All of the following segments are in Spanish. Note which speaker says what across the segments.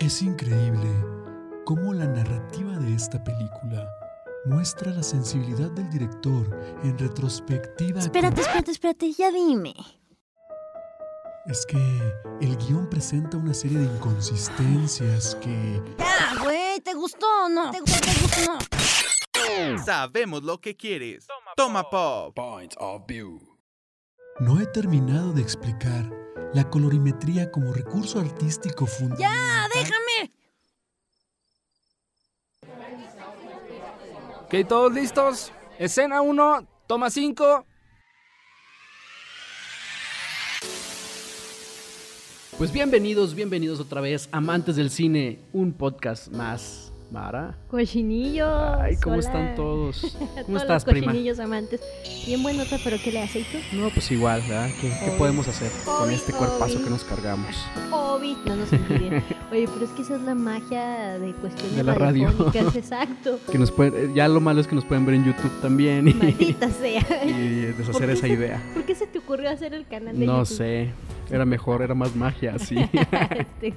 Speaker 1: Es increíble cómo la narrativa de esta película muestra la sensibilidad del director en retrospectiva.
Speaker 2: Espérate, espérate, espérate, ya dime.
Speaker 1: Es que el guión presenta una serie de inconsistencias que...
Speaker 2: Ya, Ah, güey, ¿te gustó o no? ¿Te gustó, te gustó o no?
Speaker 3: Sabemos lo que quieres. Toma Pop.
Speaker 4: Point of view.
Speaker 1: No he terminado de explicar la colorimetría como recurso artístico fundamental.
Speaker 2: ¡Ya, déjame!
Speaker 5: Ok, todos listos. Escena 1, toma 5.
Speaker 6: Pues bienvenidos, bienvenidos otra vez, amantes del cine, un podcast más. Mara.
Speaker 7: Cochinillos.
Speaker 6: Ay, ¿cómo
Speaker 7: hola.
Speaker 6: están todos? ¿Cómo
Speaker 7: Todos
Speaker 6: estás,
Speaker 7: los
Speaker 6: prima?
Speaker 7: cochinillos amantes. Bien buen nota, pero ¿qué le hace y tú?
Speaker 6: No, pues igual, ¿verdad? ¿Qué, qué
Speaker 7: Obi.
Speaker 6: podemos hacer con
Speaker 7: Obi,
Speaker 6: este cuerpazo
Speaker 7: Obi.
Speaker 6: que nos cargamos?
Speaker 7: Obi. No nos sentí bien. Oye, pero es que esa es la magia de cuestiones
Speaker 6: De la radio.
Speaker 7: radiofónicas, exacto.
Speaker 6: Que nos pueden, eh, ya lo malo es que nos pueden ver en YouTube también y,
Speaker 7: Maldita sea.
Speaker 6: y deshacer
Speaker 7: qué
Speaker 6: esa
Speaker 7: se-
Speaker 6: idea.
Speaker 7: ¿Por qué se te ocurrió hacer el canal de
Speaker 6: No
Speaker 7: YouTube?
Speaker 6: sé, era mejor, era más magia, sí.
Speaker 7: Este,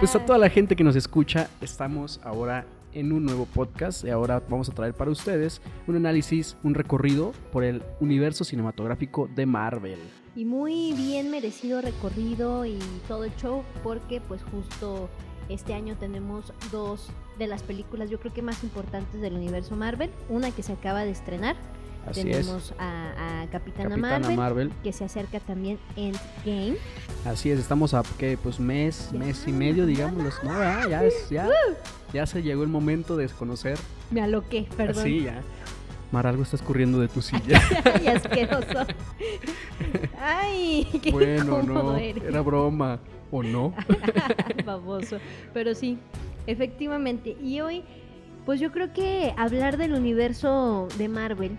Speaker 6: Pues a
Speaker 7: ah,
Speaker 6: toda la gente que nos escucha, estamos ahora en un nuevo podcast y ahora vamos a traer para ustedes un análisis, un recorrido por el universo cinematográfico de Marvel.
Speaker 7: Y muy bien merecido recorrido y todo el show, porque pues justo este año tenemos dos de las películas yo creo que más importantes del universo Marvel. Una que se acaba de estrenar,
Speaker 6: Así es.
Speaker 7: tenemos a, a Capitana,
Speaker 6: Capitana
Speaker 7: Marvel,
Speaker 6: Marvel.
Speaker 7: que se acerca también Endgame.
Speaker 6: Así es, estamos a ¿qué? pues mes,
Speaker 7: Ya,
Speaker 6: mes y medio,
Speaker 7: ya,
Speaker 6: digámoslo. No, ya, ya, es- ya, ya se llegó el momento de desconocer.
Speaker 7: Me aloqué, perdón.
Speaker 6: Así ya. Mar, algo está escurriendo de tu silla.
Speaker 7: Ay, asqueroso. Ay, qué
Speaker 6: bueno,
Speaker 7: incómodo
Speaker 6: no,
Speaker 7: eres.
Speaker 6: era broma. ¿O no?
Speaker 7: Baboso. Pero sí, efectivamente. Y hoy, pues yo creo que hablar del universo de Marvel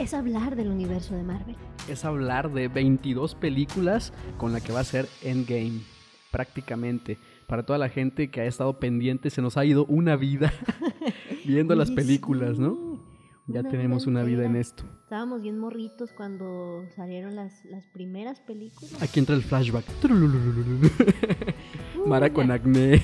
Speaker 7: es hablar del universo de Marvel.
Speaker 6: es hablar de 22 películas con la que va a ser Endgame, prácticamente. Para toda la gente que ha estado pendiente, se nos ha ido una vida viendo las
Speaker 7: Oye,
Speaker 6: películas,
Speaker 7: sí,
Speaker 6: ¿no? Ya
Speaker 7: una
Speaker 6: tenemos
Speaker 7: vida
Speaker 6: una vida en
Speaker 7: entera.
Speaker 6: esto.
Speaker 7: Estábamos bien morritos cuando salieron las, las primeras películas.
Speaker 6: Aquí entra el flashback. Trulululululu. Mara con acné,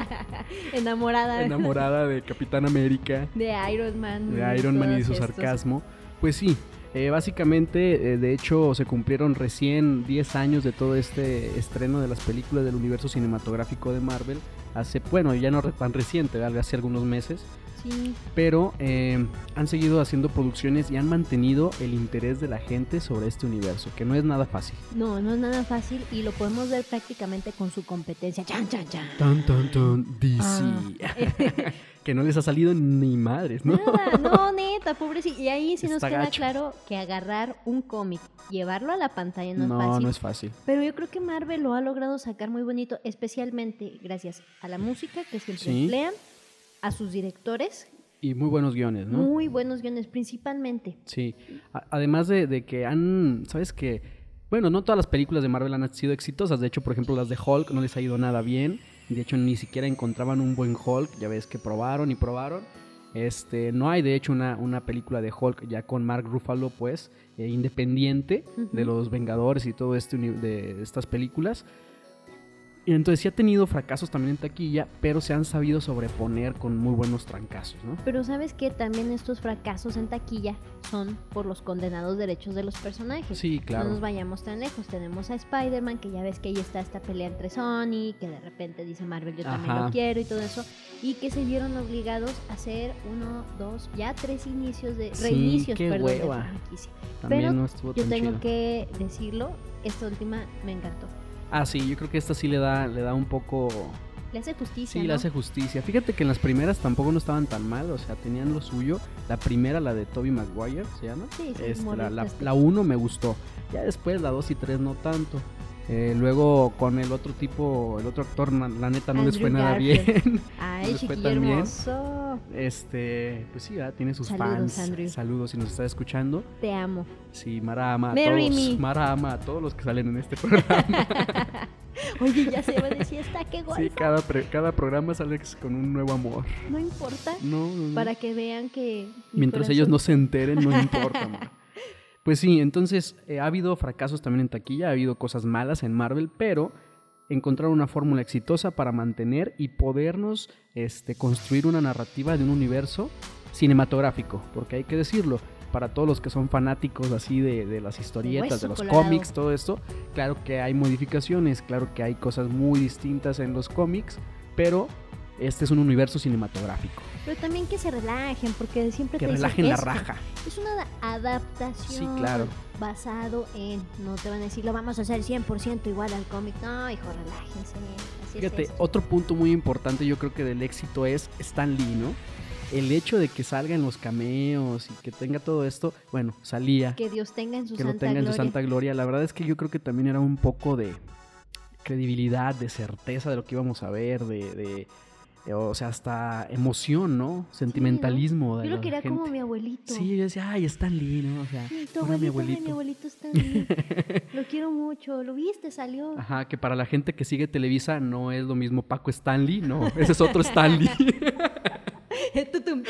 Speaker 7: Enamorada.
Speaker 6: enamorada de Capitán América,
Speaker 7: De Iron Man.
Speaker 6: de Iron Man y de su
Speaker 7: todos estos.
Speaker 6: sarcasmo. Pues sí, eh, básicamente, eh, de hecho, se cumplieron recién 10 años de todo este estreno de las películas del universo cinematográfico de Marvel. Hace, bueno, ya no re- tan reciente, ¿verdad? hace algunos meses.
Speaker 7: Sí,
Speaker 6: Pero eh, han seguido haciendo producciones y han mantenido el interés de la gente sobre este universo, que no es nada fácil.
Speaker 7: no, no es nada fácil y lo podemos ver prácticamente con su competencia. Chan, chan, chan.
Speaker 6: Tan, tan, tan, DC.
Speaker 7: Ah.
Speaker 6: que no les ha salido ni madres, ¿no?
Speaker 7: Nada, no, neta, pobrecito. Y ahí sí nos
Speaker 6: Está
Speaker 7: queda
Speaker 6: gacho.
Speaker 7: claro que agarrar un cómic, llevarlo a la pantalla no, es
Speaker 6: No,
Speaker 7: fácil.
Speaker 6: no es fácil.
Speaker 7: Pero yo creo que Marvel lo ha logrado sacar muy bonito, especialmente gracias a la música que siempre
Speaker 6: Sí.
Speaker 7: emplean, a sus directores,
Speaker 6: Y muy buenos guiones, ¿no?
Speaker 7: muy buenos guiones principalmente.
Speaker 6: Sí, A- además de, de que han, ¿sabes qué? Bueno, no todas las películas de Marvel han sido exitosas, de hecho, por ejemplo, las de Hulk no les ha ido nada bien, de hecho, ni siquiera encontraban un buen Hulk, ya ves que probaron y probaron. Este, no hay de hecho una, una película de Hulk ya con Mark Ruffalo, pues, eh, independiente de
Speaker 7: Ujú.
Speaker 6: los Vengadores y todo este uni- de estas películas. Y entonces sí ha tenido fracasos también en taquilla, pero se han sabido sobreponer con muy buenos trancazos, ¿no?
Speaker 7: Pero sabes que también estos fracasos en taquilla son por los condenados derechos de los personajes.
Speaker 6: Sí, claro.
Speaker 7: No nos vayamos tan lejos. Tenemos a Spider-Man, que ya ves que ahí está esta pelea entre Sony, que de repente dice Marvel, yo también
Speaker 6: Ajá.
Speaker 7: lo quiero y todo eso. Y que se vieron obligados a hacer uno, dos, ya tres inicios de.
Speaker 6: Sí,
Speaker 7: reinicios,
Speaker 6: qué
Speaker 7: perdón, de
Speaker 6: hueva.
Speaker 7: franquicia.
Speaker 6: También
Speaker 7: pero
Speaker 6: no estuvo
Speaker 7: Yo
Speaker 6: tan
Speaker 7: tengo
Speaker 6: chido.
Speaker 7: que decirlo, esta última me encantó.
Speaker 6: Ah, sí, yo creo que esta sí le da, le da un poco.
Speaker 7: Le hace justicia.
Speaker 6: Sí, le
Speaker 7: ¿no?
Speaker 6: hace justicia. Fíjate que en las primeras tampoco no estaban tan mal, o sea, tenían lo suyo. La primera, la de Toby Maguire, ¿se llama?
Speaker 7: Sí, sí,
Speaker 6: Este, la- la,
Speaker 7: morrito este.
Speaker 6: la uno me gustó. Ya después la dos y tres no tanto. Eh, luego con el otro tipo, el otro actor, na- la neta no les fue
Speaker 7: Andrew
Speaker 6: nada
Speaker 7: Garfield.
Speaker 6: bien.
Speaker 7: Ay,
Speaker 6: Les fue
Speaker 7: chiquillo
Speaker 6: tan bien.
Speaker 7: hermoso.
Speaker 6: Este, pues sí, ¿verdad? tiene sus
Speaker 7: Saludos,
Speaker 6: fans.
Speaker 7: Andrew.
Speaker 6: Saludos si nos está escuchando.
Speaker 7: Te amo.
Speaker 6: Sí, Mara ama a
Speaker 7: Marry
Speaker 6: todos.
Speaker 7: me.
Speaker 6: Mara ama a todos los que salen en este programa.
Speaker 7: Oye, ya se va de siesta, qué guay.
Speaker 6: sí, cada, pre- cada programa sale con un nuevo amor.
Speaker 7: No importa.
Speaker 6: No, no, no.
Speaker 7: Para que vean que. mi
Speaker 6: Mm. Mientras
Speaker 7: corazón-
Speaker 6: ellos no se enteren, no importa. ma. Pues sí, entonces eh, ha habido fracasos también en taquilla, ha habido cosas malas en Marvel, pero encontrar una fórmula exitosa para mantener y podernos este, construir una narrativa de un universo cinematográfico, porque hay que decirlo, para todos los que son fanáticos así de, de las historietas, de
Speaker 7: hueso
Speaker 6: los
Speaker 7: colorado.
Speaker 6: cómics, todo esto, claro que hay modificaciones, claro que hay cosas muy distintas en los cómics, pero este es un universo cinematográfico,
Speaker 7: Pero también que se relajen, porque siempre
Speaker 6: que
Speaker 7: te dicen,
Speaker 6: relajen la
Speaker 7: "Es que
Speaker 6: raja.
Speaker 7: Es una da- adaptación.
Speaker 6: Sí, claro.
Speaker 7: Basado en. No te van a decir, lo vamos a hacer 100% igual al cómic. No, hijo, relájense. Así es
Speaker 6: Fíjate,
Speaker 7: esto.
Speaker 6: otro punto muy importante yo creo que del éxito es Stan Lee, ¿no? El hecho de que salga en los cameos y que tenga todo esto, bueno, salía, que,
Speaker 7: Que Dios tenga en su
Speaker 6: lo
Speaker 7: santa
Speaker 6: tenga en
Speaker 7: gloria.
Speaker 6: su santa gloria. La verdad es que yo creo que también era un poco de credibilidad, de certeza de lo que íbamos a ver, de, de- de, o sea, hasta emoción, ¿no? Sentimentalismo. de
Speaker 7: Yo lo
Speaker 6: la
Speaker 7: quería
Speaker 6: gente.
Speaker 7: como mi abuelito.
Speaker 6: Sí, yo decía, ay, Stan Lee, ¿no? O sea,
Speaker 7: Sí, tu
Speaker 6: "Pon a mi
Speaker 7: abuelito, ay, mi
Speaker 6: abuelito.
Speaker 7: abuelito está bien. Lo quiero mucho. Lo viste, salió.
Speaker 6: Ajá, que para la gente que sigue Televisa no es lo mismo Paco Stanley, no, ese es otro Stanley.
Speaker 7: Tutum.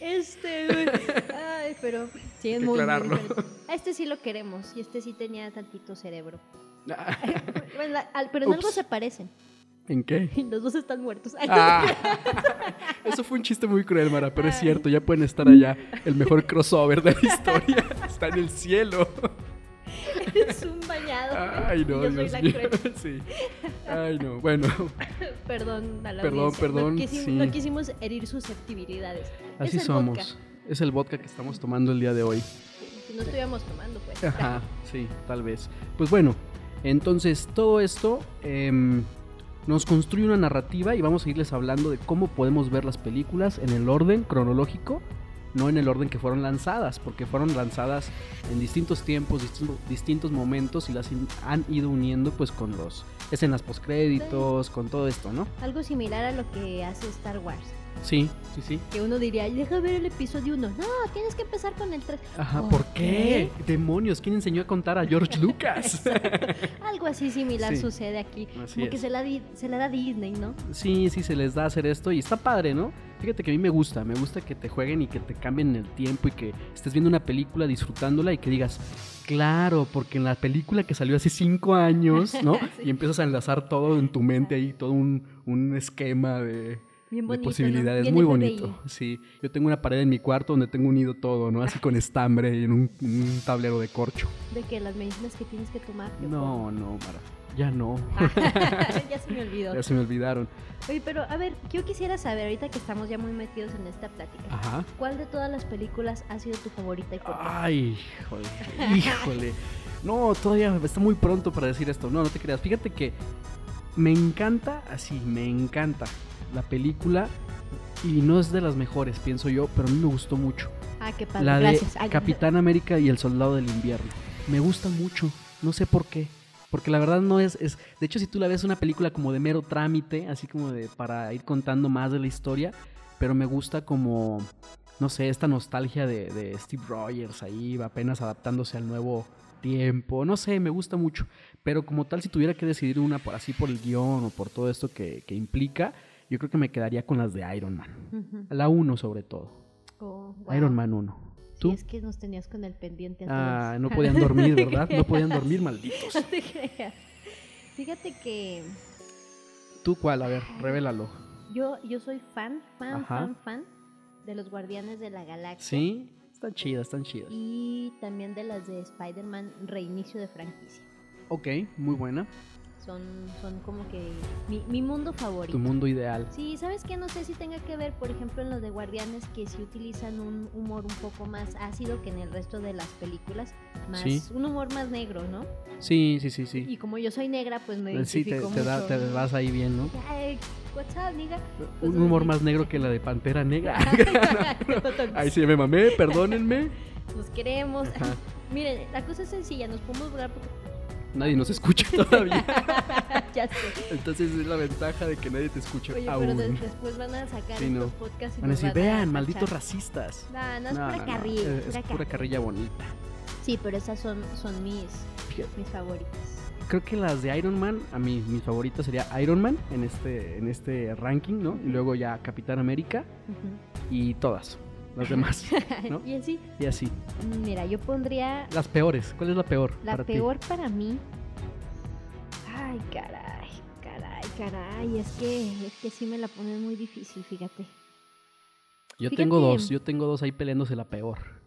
Speaker 7: este, güey. Ay, pero. Sí,
Speaker 6: que
Speaker 7: es muy, muy
Speaker 6: aclararlo.
Speaker 7: diferente. A este sí lo queremos. Y este sí tenía tantito cerebro.
Speaker 6: Ah,
Speaker 7: Bueno, la- al- pero en algo
Speaker 6: Ups.
Speaker 7: se parecen.
Speaker 6: ¿En qué?
Speaker 7: Los dos están muertos. Ay,
Speaker 6: Ah, eso fue un chiste muy cruel, Mara, pero es cierto, ya pueden estar allá. El mejor crossover de la historia está en el cielo.
Speaker 7: Es un bañado.
Speaker 6: Ay, no,
Speaker 7: Y yo soy
Speaker 6: Dios
Speaker 7: la
Speaker 6: mío.
Speaker 7: cruel.
Speaker 6: Sí. Ay, no. Bueno,
Speaker 7: Perdón, a la
Speaker 6: Perdón,
Speaker 7: audiencia.
Speaker 6: perdón,
Speaker 7: No quisimos,
Speaker 6: sí.
Speaker 7: no quisimos herir susceptibilidades.
Speaker 6: así
Speaker 7: es el
Speaker 6: somos.
Speaker 7: vodka.
Speaker 6: Es el vodka que estamos tomando el día de hoy.
Speaker 7: Si no estuviéramos tomando, pues.
Speaker 6: Ajá, sí, tal vez. Pues bueno, entonces todo esto em, nos construye una narrativa y vamos a irles hablando de cómo podemos ver las películas en el orden cronológico, no en el orden que fueron lanzadas, porque fueron lanzadas en distintos tiempos, distin- distintos momentos y las in- han ido uniendo pues con los escenas postcréditos, con todo esto, ¿no?
Speaker 7: Algo similar a lo que hace Star Wars.
Speaker 6: Sí, sí, sí.
Speaker 7: Que uno diría, "Ay, deja ver el episodio 1. No, tienes que empezar con el 3.
Speaker 6: Ajá,
Speaker 7: ¿Por
Speaker 6: ¿por qué? Demonios, ¿quién enseñó a contar a George Lucas?
Speaker 7: Algo así similar
Speaker 6: Sí.
Speaker 7: sucede aquí.
Speaker 6: Así
Speaker 7: Como que
Speaker 6: es.
Speaker 7: se la, di- se la da Disney, ¿no?
Speaker 6: Sí, sí, se les da hacer esto y está padre, ¿no? Fíjate que a mí me gusta, me gusta que te jueguen y que te cambien el tiempo y que estés viendo una película disfrutándola y que digas, claro, porque en la película que salió hace cinco años, ¿no? Y empiezas a enlazar todo en tu mente ahí, todo un, un esquema de,
Speaker 7: Bien
Speaker 6: de
Speaker 7: bonito. ¿no?
Speaker 6: posibilidades,
Speaker 7: Bien
Speaker 6: muy
Speaker 7: FBI.
Speaker 6: bonito. Sí, yo tengo una pared en mi cuarto donde tengo unido todo, ¿no? Así con estambre y en un, un tablero de corcho.
Speaker 7: De que las medicinas que tienes que tomar. yo
Speaker 6: No, no, Mara, ya no,
Speaker 7: creo. ya se me olvidó.
Speaker 6: ya se me olvidaron.
Speaker 7: Oye, pero a ver, yo quisiera saber, ahorita que estamos ya muy metidos en esta plática,
Speaker 6: Ajá.
Speaker 7: ¿cuál de todas las películas ha sido tu favorita y por qué?
Speaker 6: Ay, híjole, híjole. No, todavía está muy pronto para decir esto. No, no te creas. Fíjate que me encanta, así, me encanta la película y no es de las mejores, pienso yo, pero a mí me gustó mucho.
Speaker 7: Ah, qué padre,
Speaker 6: La de
Speaker 7: gracias. Ay,
Speaker 6: Capitán América y el Soldado del Invierno. Me gusta mucho, no sé por qué. Porque la verdad no es, es... De hecho, si tú la ves es una película como de mero trámite, así como de para ir contando más de la historia, pero me gusta como, no sé, esta nostalgia de, de Steve Rogers ahí, apenas adaptándose al nuevo tiempo, no sé, me gusta mucho. Pero como tal, si tuviera que decidir una por así por el guión o por todo esto que, que implica, yo creo que me quedaría con las de Iron Man.
Speaker 7: Ujú.
Speaker 6: La 1 sobre todo.
Speaker 7: Oh, wow.
Speaker 6: Iron Man 1.
Speaker 7: Sí,
Speaker 6: ¿Tú?
Speaker 7: es que nos tenías con el pendiente a
Speaker 6: Ah,
Speaker 7: todos.
Speaker 6: no podían dormir, ¿verdad? No podían dormir, malditos.
Speaker 7: No te creas. Fíjate que
Speaker 6: ¿Tú cuál? A ver, revélalo.
Speaker 7: yo, yo soy fan, fan,
Speaker 6: Ajá.
Speaker 7: fan, fan de los Guardianes de la Galaxia.
Speaker 6: ¿Sí? Están chidas, están chidas.
Speaker 7: Y también de las de Spider-Man Reinicio de Franquicia.
Speaker 6: Ok, muy buena.
Speaker 7: Son, son como que mi, mi mundo favorito.
Speaker 6: Tu mundo ideal.
Speaker 7: Sí, ¿sabes qué? No sé si tenga que ver, por ejemplo, en los de Guardianes, que sí utilizan un humor un poco más ácido que en el resto de las películas. Más,
Speaker 6: Sí.
Speaker 7: Un humor más negro, ¿no?
Speaker 6: Sí, sí, sí, sí.
Speaker 7: Y como yo soy negra, pues me
Speaker 6: Sí, te,
Speaker 7: identifico
Speaker 6: te da-
Speaker 7: mucho.
Speaker 6: te vas ahí bien, ¿no?
Speaker 7: Ay, what's up, nigga? Pues,
Speaker 6: Un humor más negro que la de Pantera Negra. Ahí sí me mamé, perdónenme.
Speaker 7: Nos queremos.
Speaker 6: Ajá.
Speaker 7: Miren, la cosa es sencilla, nos podemos burlar porque...
Speaker 6: Nadie nos escucha todavía.
Speaker 7: ya sé.
Speaker 6: Entonces es la ventaja de que nadie te escucha
Speaker 7: Oye, pero de-
Speaker 6: aún.
Speaker 7: después van a sacar
Speaker 6: Sí, no.
Speaker 7: los podcasts y
Speaker 6: Van a
Speaker 7: nos
Speaker 6: decir,
Speaker 7: a
Speaker 6: vean,
Speaker 7: tachar".
Speaker 6: malditos racistas.
Speaker 7: No, no, es
Speaker 6: No,
Speaker 7: pura
Speaker 6: no, no,
Speaker 7: carrilla.
Speaker 6: es-
Speaker 7: pura
Speaker 6: Es pura
Speaker 7: carrilla.
Speaker 6: carrilla bonita.
Speaker 7: Sí, pero esas son, son mis,
Speaker 6: Fíjate.
Speaker 7: mis favoritas.
Speaker 6: creo que las de Iron Man, a mí, mi favorita sería Iron Man en este, en este ranking, ¿no? Y luego ya Capitán América
Speaker 7: Ujú.
Speaker 6: y todas, las demás, ¿no?
Speaker 7: Y así,
Speaker 6: Y así.
Speaker 7: mira, yo pondría
Speaker 6: Las peores, ¿cuál es la peor?
Speaker 7: la
Speaker 6: para ti?
Speaker 7: peor para mí. Ay, caray, caray, caray. Es que, es que sí me la ponen muy difícil, fíjate.
Speaker 6: Yo
Speaker 7: Fíjate.
Speaker 6: tengo dos, yo tengo dos ahí peleándose la peor.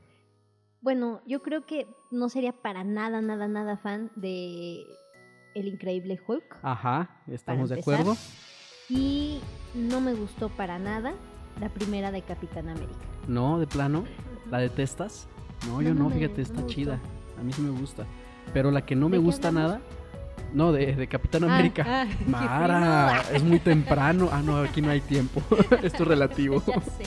Speaker 7: Bueno, yo creo que no sería para nada, nada, nada fan de El Increíble Hulk.
Speaker 6: Ah. Ajá, estamos de
Speaker 7: empezar.
Speaker 6: acuerdo.
Speaker 7: Y no me gustó para nada la primera de Capitán América.
Speaker 6: No, de plano. ¿La detestas? No,
Speaker 7: No,
Speaker 6: yo
Speaker 7: no
Speaker 6: no,
Speaker 7: me-
Speaker 6: fíjate,
Speaker 7: no
Speaker 6: está
Speaker 7: me
Speaker 6: chida. A mí sí me gusta. Pero la que no me
Speaker 7: ¿De qué
Speaker 6: gusta
Speaker 7: hablamos?
Speaker 6: nada. No, de, de Capitán América.
Speaker 7: Ah, ah, qué frío.
Speaker 6: Mara, es muy temprano. Ah, no, aquí no hay tiempo. Esto es relativo.
Speaker 7: Ya sé.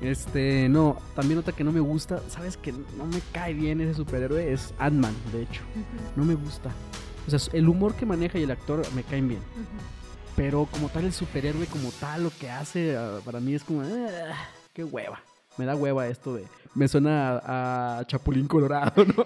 Speaker 6: Este, no, también otra que no me gusta. ¿Sabes que no me cae bien ese superhéroe? Es Ant-Man, de hecho.
Speaker 7: Ujú,
Speaker 6: No me gusta. O sea, el humor que maneja y el actor me caen bien.
Speaker 7: ujú.
Speaker 6: Pero como tal, el superhéroe, como tal, lo que hace, ah, para mí es como. "Ah, ¡Qué hueva! Me da hueva esto de. Me suena a, a Chapulín Colorado, ¿no?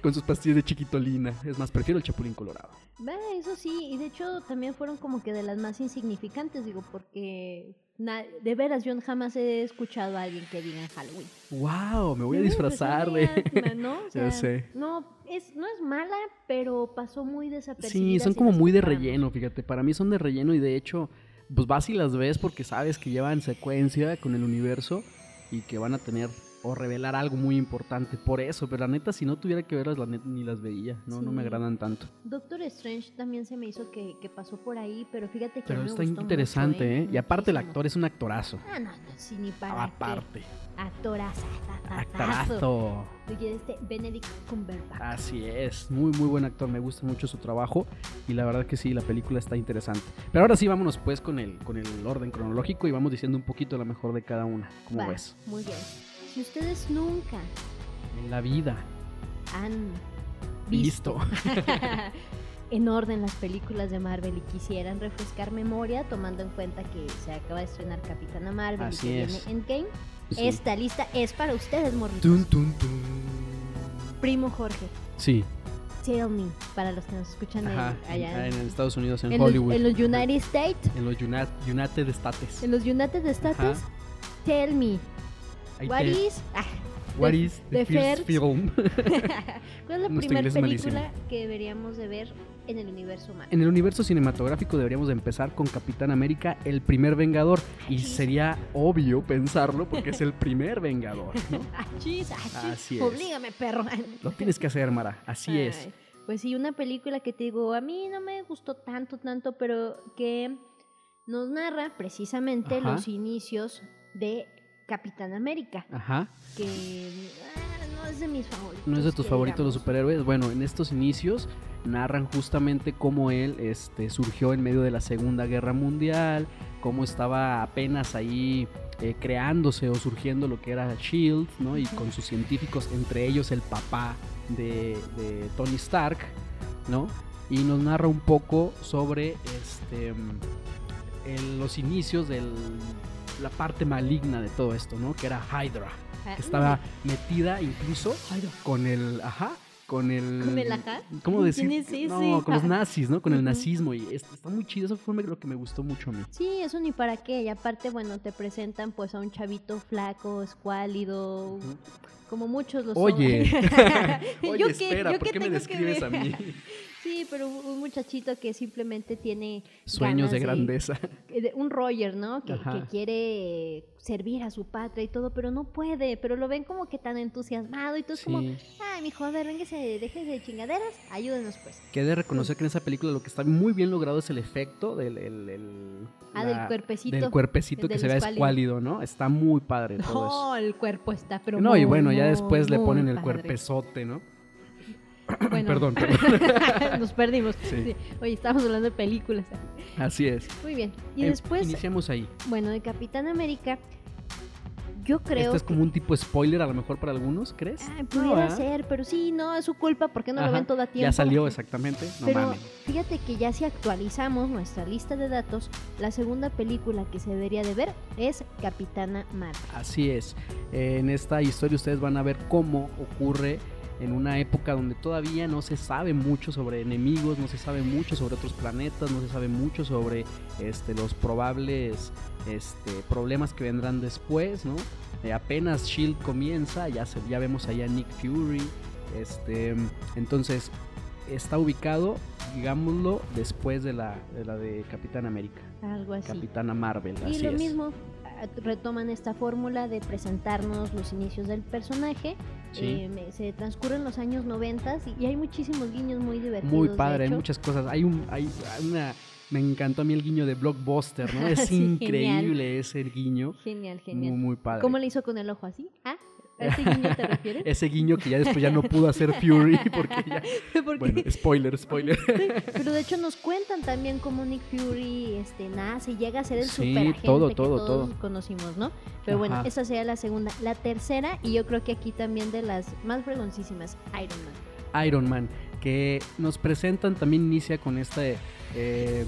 Speaker 6: Con sus pastillas de chiquitolina. Es más, prefiero el Chapulín Colorado.
Speaker 7: Bueno, eso sí, y de hecho también fueron como que de las más insignificantes, digo, porque na- de veras yo jamás he escuchado a alguien que diga en Halloween.
Speaker 6: ¡Wow! Me voy a
Speaker 7: Sí, pues,
Speaker 6: disfrazar
Speaker 7: no
Speaker 6: de.
Speaker 7: digas, ¿no? O sea,
Speaker 6: sé.
Speaker 7: No, es, no es mala, pero pasó muy desapercibida.
Speaker 6: Sí, son
Speaker 7: si
Speaker 6: como
Speaker 7: las
Speaker 6: muy de
Speaker 7: comparamos.
Speaker 6: relleno, fíjate. Para mí son de relleno y de hecho, pues vas y las ves porque sabes que llevan secuencia con el universo y que van a tener o revelar algo muy importante por eso. Pero la neta, si no tuviera que verlas, la neta ni las veía. No, no me
Speaker 7: Sí.
Speaker 6: agradan tanto.
Speaker 7: Doctor Strange también se me hizo que, que pasó por ahí, pero fíjate que
Speaker 6: Pero
Speaker 7: no me
Speaker 6: está
Speaker 7: gustó
Speaker 6: interesante, ¿eh?
Speaker 7: mucho,
Speaker 6: Y aparte el
Speaker 7: Muchísimo.
Speaker 6: actor es un actorazo.
Speaker 7: Ah, no, no, sí, ni para
Speaker 6: Aparte,
Speaker 7: qué. Actorazo, actorazo.
Speaker 6: actorazo. Ah,
Speaker 7: Oye, este Benedict Cumberbatch.
Speaker 6: Así es, muy muy buen actor, me gusta mucho su trabajo y la verdad que sí, la película está interesante. Pero ahora sí, vámonos pues con el, con el orden cronológico y vamos diciendo un poquito a lo mejor de cada una, como
Speaker 7: Va,
Speaker 6: ves.
Speaker 7: Muy bien. Si ustedes nunca
Speaker 6: En la vida,
Speaker 7: han
Speaker 6: visto.
Speaker 7: en orden las películas de Marvel y quisieran refrescar memoria, tomando en cuenta que se acaba de estrenar Capitana Marvel
Speaker 6: Así
Speaker 7: y que
Speaker 6: es.
Speaker 7: viene Endgame,
Speaker 6: Sí.
Speaker 7: esta lista es para ustedes, morritos.
Speaker 1: Tun, tun, tun.
Speaker 7: Primo Jorge,
Speaker 6: Sí,
Speaker 7: tell me, para los que nos escuchan en-
Speaker 6: ajá, Ah,
Speaker 7: allá
Speaker 6: en, en Estados Unidos, en,
Speaker 7: en los-
Speaker 6: Hollywood.
Speaker 7: en los United States,
Speaker 6: En los Uni- United States.
Speaker 7: en los United States,
Speaker 6: Ajá.
Speaker 7: tell me,
Speaker 6: Ahí
Speaker 7: what
Speaker 6: te-
Speaker 7: is... Ah,
Speaker 6: what
Speaker 7: the-
Speaker 6: is the
Speaker 7: the
Speaker 6: first
Speaker 7: first-
Speaker 6: film?
Speaker 7: ¿Cuál es la
Speaker 6: Nuestro
Speaker 7: primera
Speaker 6: inglés es malísimo.
Speaker 7: película que deberíamos de ver en el universo humano?
Speaker 6: en el universo cinematográfico deberíamos de empezar con Capitán América, el primer Vengador. Y
Speaker 7: chis.
Speaker 6: sería obvio pensarlo porque es el primer Vengador, ¿no?
Speaker 7: Achis, achis.
Speaker 6: Así es.
Speaker 7: ah, Oblígame, perro.
Speaker 6: Lo tienes que hacer, Mara. Así es.
Speaker 7: Ay, Pues sí, una película que te digo, a mí no me gustó tanto, tanto, pero que nos narra precisamente
Speaker 6: Ajá.
Speaker 7: los inicios de Capitán América,
Speaker 6: Ajá.
Speaker 7: que ah, no es de mis favoritos.
Speaker 6: No es de tus
Speaker 7: que
Speaker 6: favoritos los
Speaker 7: digamos.
Speaker 6: superhéroes. Bueno, en estos inicios narran justamente cómo él este, surgió en medio de la Segunda Guerra Mundial, cómo estaba apenas ahí eh, creándose o surgiendo lo que era Shield, E ¿no? Y con sus científicos, entre ellos el papá de, de Tony Stark, ¿no? Y nos narra un poco sobre este, mm, el- los inicios de la parte maligna de todo esto, ¿no? Que era Hydra
Speaker 7: Ah,
Speaker 6: que estaba metida incluso con el ajá con el
Speaker 7: ¿Con el ajá?
Speaker 6: cómo decir
Speaker 7: ¿Quién es ese?
Speaker 6: no con los nazis no con el
Speaker 7: Ujú.
Speaker 6: nazismo y es- está muy chido eso fue lo que me gustó mucho a mí
Speaker 7: Sí, eso ni para qué. Y aparte, bueno, te presentan pues a un chavito flaco, escuálido,
Speaker 6: Ujú.
Speaker 7: como muchos los
Speaker 6: oye
Speaker 7: ¿Yo
Speaker 6: oye
Speaker 7: qué-
Speaker 6: espera
Speaker 7: yo
Speaker 6: por qué me
Speaker 7: tengo que
Speaker 6: describes a
Speaker 7: ver?
Speaker 6: mí
Speaker 7: Sí, pero un un muchachito que simplemente tiene
Speaker 6: sueños de
Speaker 7: ganas
Speaker 6: grandeza
Speaker 7: eh, de- un Roger, ¿no? Que,
Speaker 6: Ajá.
Speaker 7: que quiere eh, servir a su patria y todo, pero no puede, pero lo ven como que tan entusiasmado y todo es como,
Speaker 6: sí
Speaker 7: ay, mi joder, véngase, déjese de chingaderas, ayúdenos pues.
Speaker 6: que he de reconocer que en esa película lo que está muy bien logrado es el efecto del el, el-
Speaker 7: Ah,
Speaker 6: la-
Speaker 7: del cuerpecito.
Speaker 6: del cuerpecito
Speaker 7: del-
Speaker 6: que
Speaker 7: del
Speaker 6: se vea
Speaker 7: escuálido.
Speaker 6: escuálido no está muy padre todo eso
Speaker 7: No, el cuerpo está, pero
Speaker 6: no y
Speaker 7: muy,
Speaker 6: bueno ya
Speaker 7: muy,
Speaker 6: después le
Speaker 7: muy
Speaker 6: ponen el
Speaker 7: padre.
Speaker 6: cuerpezote no
Speaker 7: Bueno,
Speaker 6: perdón, perdón.
Speaker 7: Nos perdimos.
Speaker 6: Sí.
Speaker 7: Sí. Oye, estábamos hablando de películas.
Speaker 6: así es
Speaker 7: Muy bien. Y
Speaker 6: Em,
Speaker 7: después,
Speaker 6: iniciamos ahí
Speaker 7: bueno, de Capitán América, yo creo... Ah,
Speaker 6: Esto es como un tipo spoiler a lo mejor para algunos, ¿crees?
Speaker 7: Ay,
Speaker 6: No,
Speaker 7: pudiera
Speaker 6: ¿verdad?
Speaker 7: ser, pero sí, no, es su culpa porque no lo
Speaker 6: Ajá,
Speaker 7: ven todo a tiempo.
Speaker 6: Ya salió exactamente, no
Speaker 7: Pero
Speaker 6: mames.
Speaker 7: fíjate que ya si actualizamos nuestra lista de datos, la segunda película que se debería de ver es Capitana Marvel.
Speaker 6: Así es. Eh, En esta historia ustedes van a ver cómo ocurre en una época donde todavía no se sabe mucho sobre enemigos, no se sabe mucho sobre otros planetas, no se sabe mucho sobre este, los probables este, problemas que vendrán después, ¿no? Eh, apenas Shield comienza, ya, se- ya vemos allá a Nick Fury. Este, entonces, está ubicado digámoslo, después de la de, la de Capitán América.
Speaker 7: algo así.
Speaker 6: Capitana Marvel,
Speaker 7: Y
Speaker 6: así
Speaker 7: lo
Speaker 6: es.
Speaker 7: mismo, ah, retoman esta fórmula de presentarnos los inicios del personaje.
Speaker 6: Sí.
Speaker 7: Eh, me- se transcurren los años 90 y, y hay muchísimos guiños muy divertidos.
Speaker 6: Muy
Speaker 7: de
Speaker 6: padre, hay
Speaker 7: hecho.
Speaker 6: muchas cosas. Hay un, hay una, me encantó a mí el guiño de Blockbuster, ¿no? Es
Speaker 7: Sí,
Speaker 6: increíble ese guiño.
Speaker 7: Genial, genial.
Speaker 6: Muy, muy padre.
Speaker 7: ¿Cómo le hizo con el ojo así? ¿Ah? ¿A ese guiño te refieres?
Speaker 6: Ese guiño que ya después ya no pudo hacer Fury porque ya...
Speaker 7: Porque-
Speaker 6: Bueno, spoiler, spoiler.
Speaker 7: Pero de hecho nos cuentan también cómo Nick Fury este, nace y llega a ser el
Speaker 6: Sí,
Speaker 7: superagente
Speaker 6: todo,
Speaker 7: que
Speaker 6: todo,
Speaker 7: todos
Speaker 6: todo.
Speaker 7: conocimos, ¿no? Pero bueno,
Speaker 6: Ajá.
Speaker 7: esa sería la segunda. La tercera, y yo creo que aquí también de las más fregoncísimas, Iron Man.
Speaker 6: Iron Man, que nos presentan también inicia con este eh,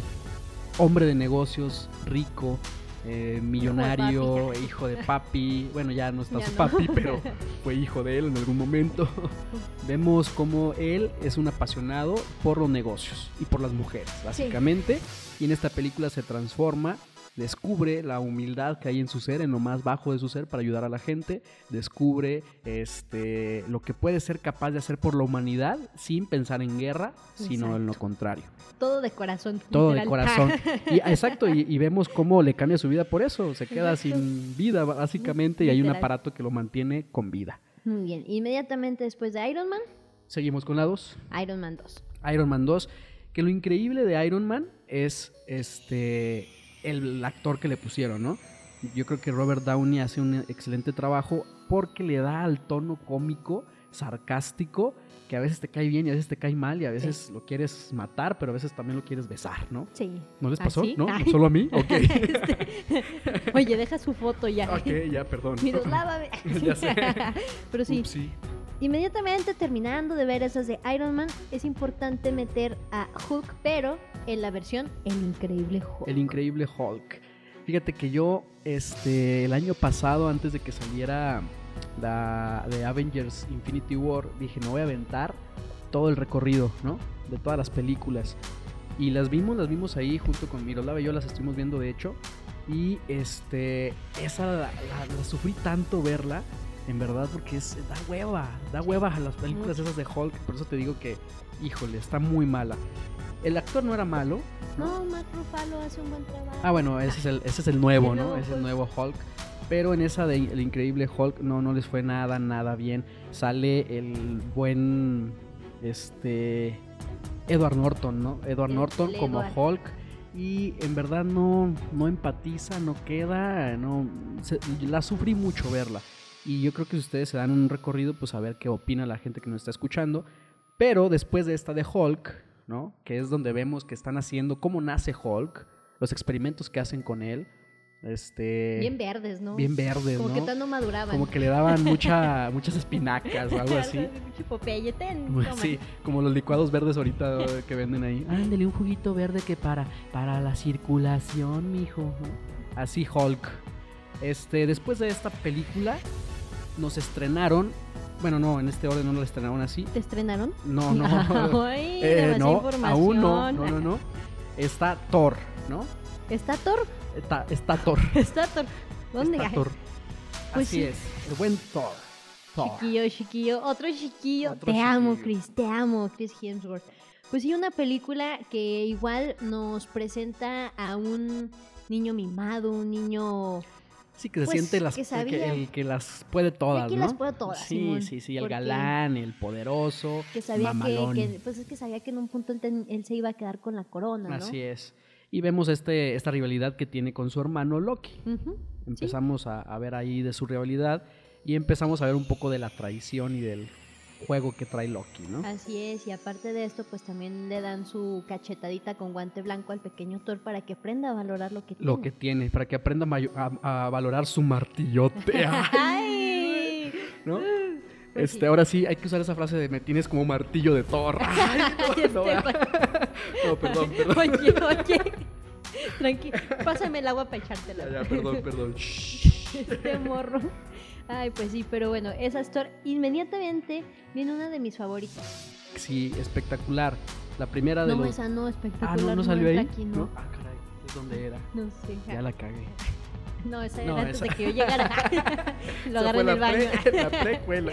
Speaker 6: hombre de negocios rico, eh, millonario, hijo de, papi. Bueno, ya no está
Speaker 7: Ya
Speaker 6: su
Speaker 7: no.
Speaker 6: papi, pero fue hijo de él en algún momento. Vemos como él es un apasionado por los negocios y por las mujeres, básicamente. Y en esta película se transforma. Descubre la humildad que hay en su ser, en lo más bajo de su ser, para ayudar a la gente descubre este, lo que puede ser capaz de hacer por la humanidad sin pensar en guerra, sino en lo
Speaker 7: Exacto.
Speaker 6: contrario.
Speaker 7: Todo de corazón.
Speaker 6: Todo de
Speaker 7: literal.
Speaker 6: corazón. Y, exacto, y, y vemos cómo le cambia su vida por eso. Se queda
Speaker 7: Exacto.
Speaker 6: sin vida, básicamente, y hay un
Speaker 7: Literal.
Speaker 6: aparato que lo mantiene con vida.
Speaker 7: Muy bien. Inmediatamente después de Iron Man,
Speaker 6: Seguimos con la 2.
Speaker 7: Iron Man 2.
Speaker 6: Iron Man 2. Que lo increíble de Iron Man es este el actor que le pusieron, ¿no? Yo creo que Robert Downey hace un excelente trabajo porque le da al tono cómico, sarcástico, que a veces te cae bien y a veces te cae mal y a veces lo quieres matar, pero a veces también lo quieres besar, ¿no?
Speaker 7: Sí.
Speaker 6: ¿No les
Speaker 7: ¿Ah,
Speaker 6: pasó?
Speaker 7: sí?
Speaker 6: ¿No?
Speaker 7: Ay.
Speaker 6: ¿No ¿Solo a mí? Ok.
Speaker 7: Este, Oye, deja su foto ya.
Speaker 6: ok, ya, perdón.
Speaker 7: Miroslavame.
Speaker 6: Ya sé.
Speaker 7: Pero sí,
Speaker 6: Upsi.
Speaker 7: Inmediatamente terminando de ver esas de Iron Man, es importante meter a Hulk, pero en la versión El Increíble Hulk.
Speaker 6: El increíble Hulk. Fíjate que yo, este, el año pasado, antes de que saliera la de Avengers Infinity War, dije, no voy a aventar todo el recorrido, ¿no? De todas las películas. Y las vimos, las vimos ahí junto con Miroslava y yo las estuvimos viendo, de hecho. Y este, esa la, la- la sufrí tanto verla, en verdad, porque es, da hueva, da hueva a las películas esas de Hulk. Por eso te digo que, híjole, está muy mala. El actor no era malo,
Speaker 7: No, Mark Ruffalo hace un buen trabajo.
Speaker 6: Ah, bueno, ese es el, ese es el nuevo, ¿no?
Speaker 7: El
Speaker 6: Ese es el
Speaker 7: nuevo
Speaker 6: nuevo Hulk. Pero en esa de El Increíble Hulk no, no les fue nada, nada bien. Sale el buen, este, Edward Norton, ¿no? Edward
Speaker 7: El-
Speaker 6: Norton
Speaker 7: el
Speaker 6: como
Speaker 7: Edward.
Speaker 6: Hulk. Y en verdad no, no empatiza, no queda, no... se- la sufrí mucho verla. Y yo creo que si ustedes se dan un recorrido, pues a ver qué opina la gente que nos está escuchando. Pero después de esta de Hulk, ¿no? Que es donde vemos que están haciendo cómo nace Hulk, los experimentos que hacen con él, este...
Speaker 7: Bien verdes, ¿no?
Speaker 6: bien verdes,
Speaker 7: Como que
Speaker 6: ¿no?
Speaker 7: tanto maduraban.
Speaker 6: Como que le daban mucha, muchas espinacas o algo así.
Speaker 7: Pinche Popeye, ten,
Speaker 6: Pues
Speaker 7: toma.
Speaker 6: Sí, como los licuados verdes ahorita eh, que venden ahí. Ándale, un juguito verde que para, para la circulación, mijo. Así Hulk. Este, después de esta película, nos estrenaron. Bueno, no, en este orden no la estrenaron así.
Speaker 7: ¿Te estrenaron?
Speaker 6: No, no.
Speaker 7: Ay,
Speaker 6: Eh,
Speaker 7: demasiada
Speaker 6: no,
Speaker 7: información.
Speaker 6: aún no. No, no, no. Está Thor, ¿no?
Speaker 7: Está Thor,
Speaker 6: Está, está Thor.
Speaker 7: está Thor. ¿Dónde?
Speaker 6: Está
Speaker 7: Ay,
Speaker 6: Thor.
Speaker 7: Pues
Speaker 6: así
Speaker 7: sí.
Speaker 6: es. El buen Thor. Thor.
Speaker 7: Chiquillo, chiquillo, otro chiquillo.
Speaker 6: Oh. Otro
Speaker 7: te amo,
Speaker 6: chiquillo.
Speaker 7: Chris, te amo, Chris Hemsworth. Pues sí, una película que igual nos presenta a un niño mimado, un niño...
Speaker 6: Sí, que se
Speaker 7: Pues,
Speaker 6: siente las,
Speaker 7: que
Speaker 6: que
Speaker 7: sabía.
Speaker 6: el que las puede todas,
Speaker 7: Aquí
Speaker 6: ¿no?
Speaker 7: las puedo todas,
Speaker 6: Sí,
Speaker 7: Simón,
Speaker 6: sí, sí, el
Speaker 7: porque-
Speaker 6: galán, el poderoso,
Speaker 7: Que sabía que,
Speaker 6: mamalón.
Speaker 7: que- Pues es que sabía que en un punto él, ten- él se iba a quedar con la corona, ¿no?
Speaker 6: Así es. Y vemos este, esta rivalidad que tiene con su hermano Loki.
Speaker 7: Ujú.
Speaker 6: Empezamos a, a ver ahí de su rivalidad y empezamos a ver un poco de la traición y del juego que trae Loki, ¿no?
Speaker 7: Así es, y aparte de esto, pues también le dan su cachetadita con guante blanco al pequeño Thor para que aprenda a valorar lo que tiene.
Speaker 6: Lo que tiene, para que aprenda mayo- a, a valorar su martillote,
Speaker 7: ¡Ay!
Speaker 6: ¿no?
Speaker 7: Pues sí.
Speaker 6: Este, ahora sí, hay que usar esa frase de me tienes como martillo de Thor. Ay, no, no,
Speaker 7: Este
Speaker 6: no, perdón, perdón.
Speaker 7: Oye, oye. Tranqui, pásame el agua para echártela.
Speaker 6: Ya, ya, perdón, perdón.
Speaker 7: Este morro. Ay, pues sí, pero bueno, esa store inmediatamente viene una de mis favoritas.
Speaker 6: Sí, espectacular. La primera Ah, de
Speaker 7: No,
Speaker 6: los...
Speaker 7: esa no, espectacular.
Speaker 6: Ah, no, no salió
Speaker 7: entra
Speaker 6: ahí.
Speaker 7: Aquí, no.
Speaker 6: Ah, caray, ¿es dónde era?
Speaker 7: No sé.
Speaker 6: Ya la cagué.
Speaker 7: No, esa era
Speaker 6: No,
Speaker 7: antes
Speaker 6: esa-
Speaker 7: de que yo llegara. Lo
Speaker 6: Esa
Speaker 7: agarré
Speaker 6: fue
Speaker 7: en el
Speaker 6: la
Speaker 7: baño.
Speaker 6: pre- la precuela.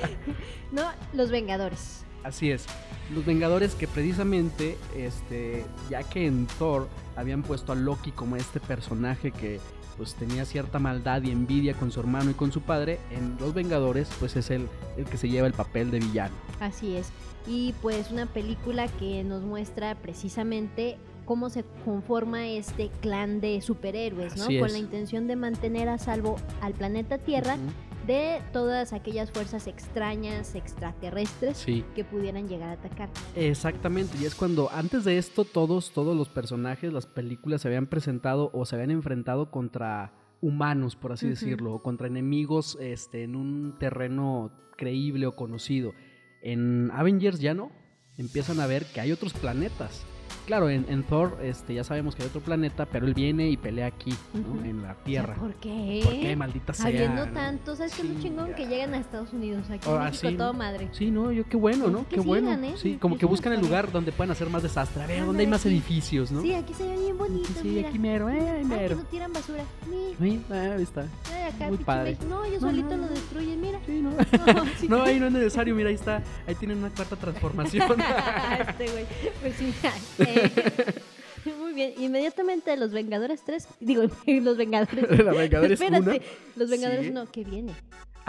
Speaker 7: No, Los Vengadores.
Speaker 6: Así es. Los Vengadores que precisamente, este, ya que en Thor habían puesto a Loki como este personaje que pues tenía cierta maldad y envidia con su hermano y con su padre, en Los Vengadores pues es el, el que se lleva el papel de villano.
Speaker 7: Así es. Y pues una película que nos muestra precisamente cómo se conforma este clan de superhéroes, ¿no?
Speaker 6: Así
Speaker 7: Con
Speaker 6: es.
Speaker 7: la intención de mantener a salvo al planeta Tierra
Speaker 6: Ujú.
Speaker 7: de todas aquellas fuerzas extrañas, extraterrestres,
Speaker 6: Sí.
Speaker 7: que pudieran llegar a atacar.
Speaker 6: Exactamente, y es cuando antes de esto todos, todos los personajes, las películas se habían presentado o se habían enfrentado contra humanos, por así
Speaker 7: Ujú.
Speaker 6: decirlo, o contra enemigos este, en un terreno creíble o conocido. En Avengers ya no, empiezan a ver que hay otros planetas. Claro, en, en Thor este, ya sabemos que hay otro planeta, pero él viene y pelea aquí, ¿no?
Speaker 7: Ujú.
Speaker 6: en la Tierra.
Speaker 7: ¿Por qué?
Speaker 6: ¿Por qué, maldita sea?
Speaker 7: Habiendo
Speaker 6: no?
Speaker 7: tanto, ¿sabes qué es lo chingón? Que llegan a Estados Unidos, aquí en
Speaker 6: Ahora
Speaker 7: México
Speaker 6: sí.
Speaker 7: todo madre.
Speaker 6: Sí, no, yo qué bueno, ¿no?
Speaker 7: Pues que
Speaker 6: qué bueno.
Speaker 7: sigan, ¿eh?
Speaker 6: Sí, como que
Speaker 7: Que sigan
Speaker 6: buscan el
Speaker 7: con
Speaker 6: lugar donde puedan hacer más desastre. A ver,
Speaker 7: Ándale,
Speaker 6: ¿dónde hay más
Speaker 7: sí.
Speaker 6: edificios, no?
Speaker 7: Sí, aquí se ve bien bonito,
Speaker 6: Sí,
Speaker 7: mira.
Speaker 6: aquí mero, eh, ahí
Speaker 7: Ay, que
Speaker 6: mero.
Speaker 7: no tiran basura. Mira,
Speaker 6: Sí, ah, ahí está.
Speaker 7: ay, acá
Speaker 6: Muy
Speaker 7: pinche
Speaker 6: padre.
Speaker 7: México. No, ellos
Speaker 6: No,
Speaker 7: solito
Speaker 6: no,
Speaker 7: lo
Speaker 6: no.
Speaker 7: destruyen, mira.
Speaker 6: Sí, no.
Speaker 7: No, sí.
Speaker 6: No, ahí no es necesario, mira, ahí está. Ahí tienen una cuarta transformación.
Speaker 7: este güey. Pues sí. eh, Muy bien. Inmediatamente los Vengadores 3. Digo, los Vengadores.
Speaker 6: La Vengadores
Speaker 7: Espérate. Los
Speaker 6: Sí.
Speaker 7: Vengadores no, que viene.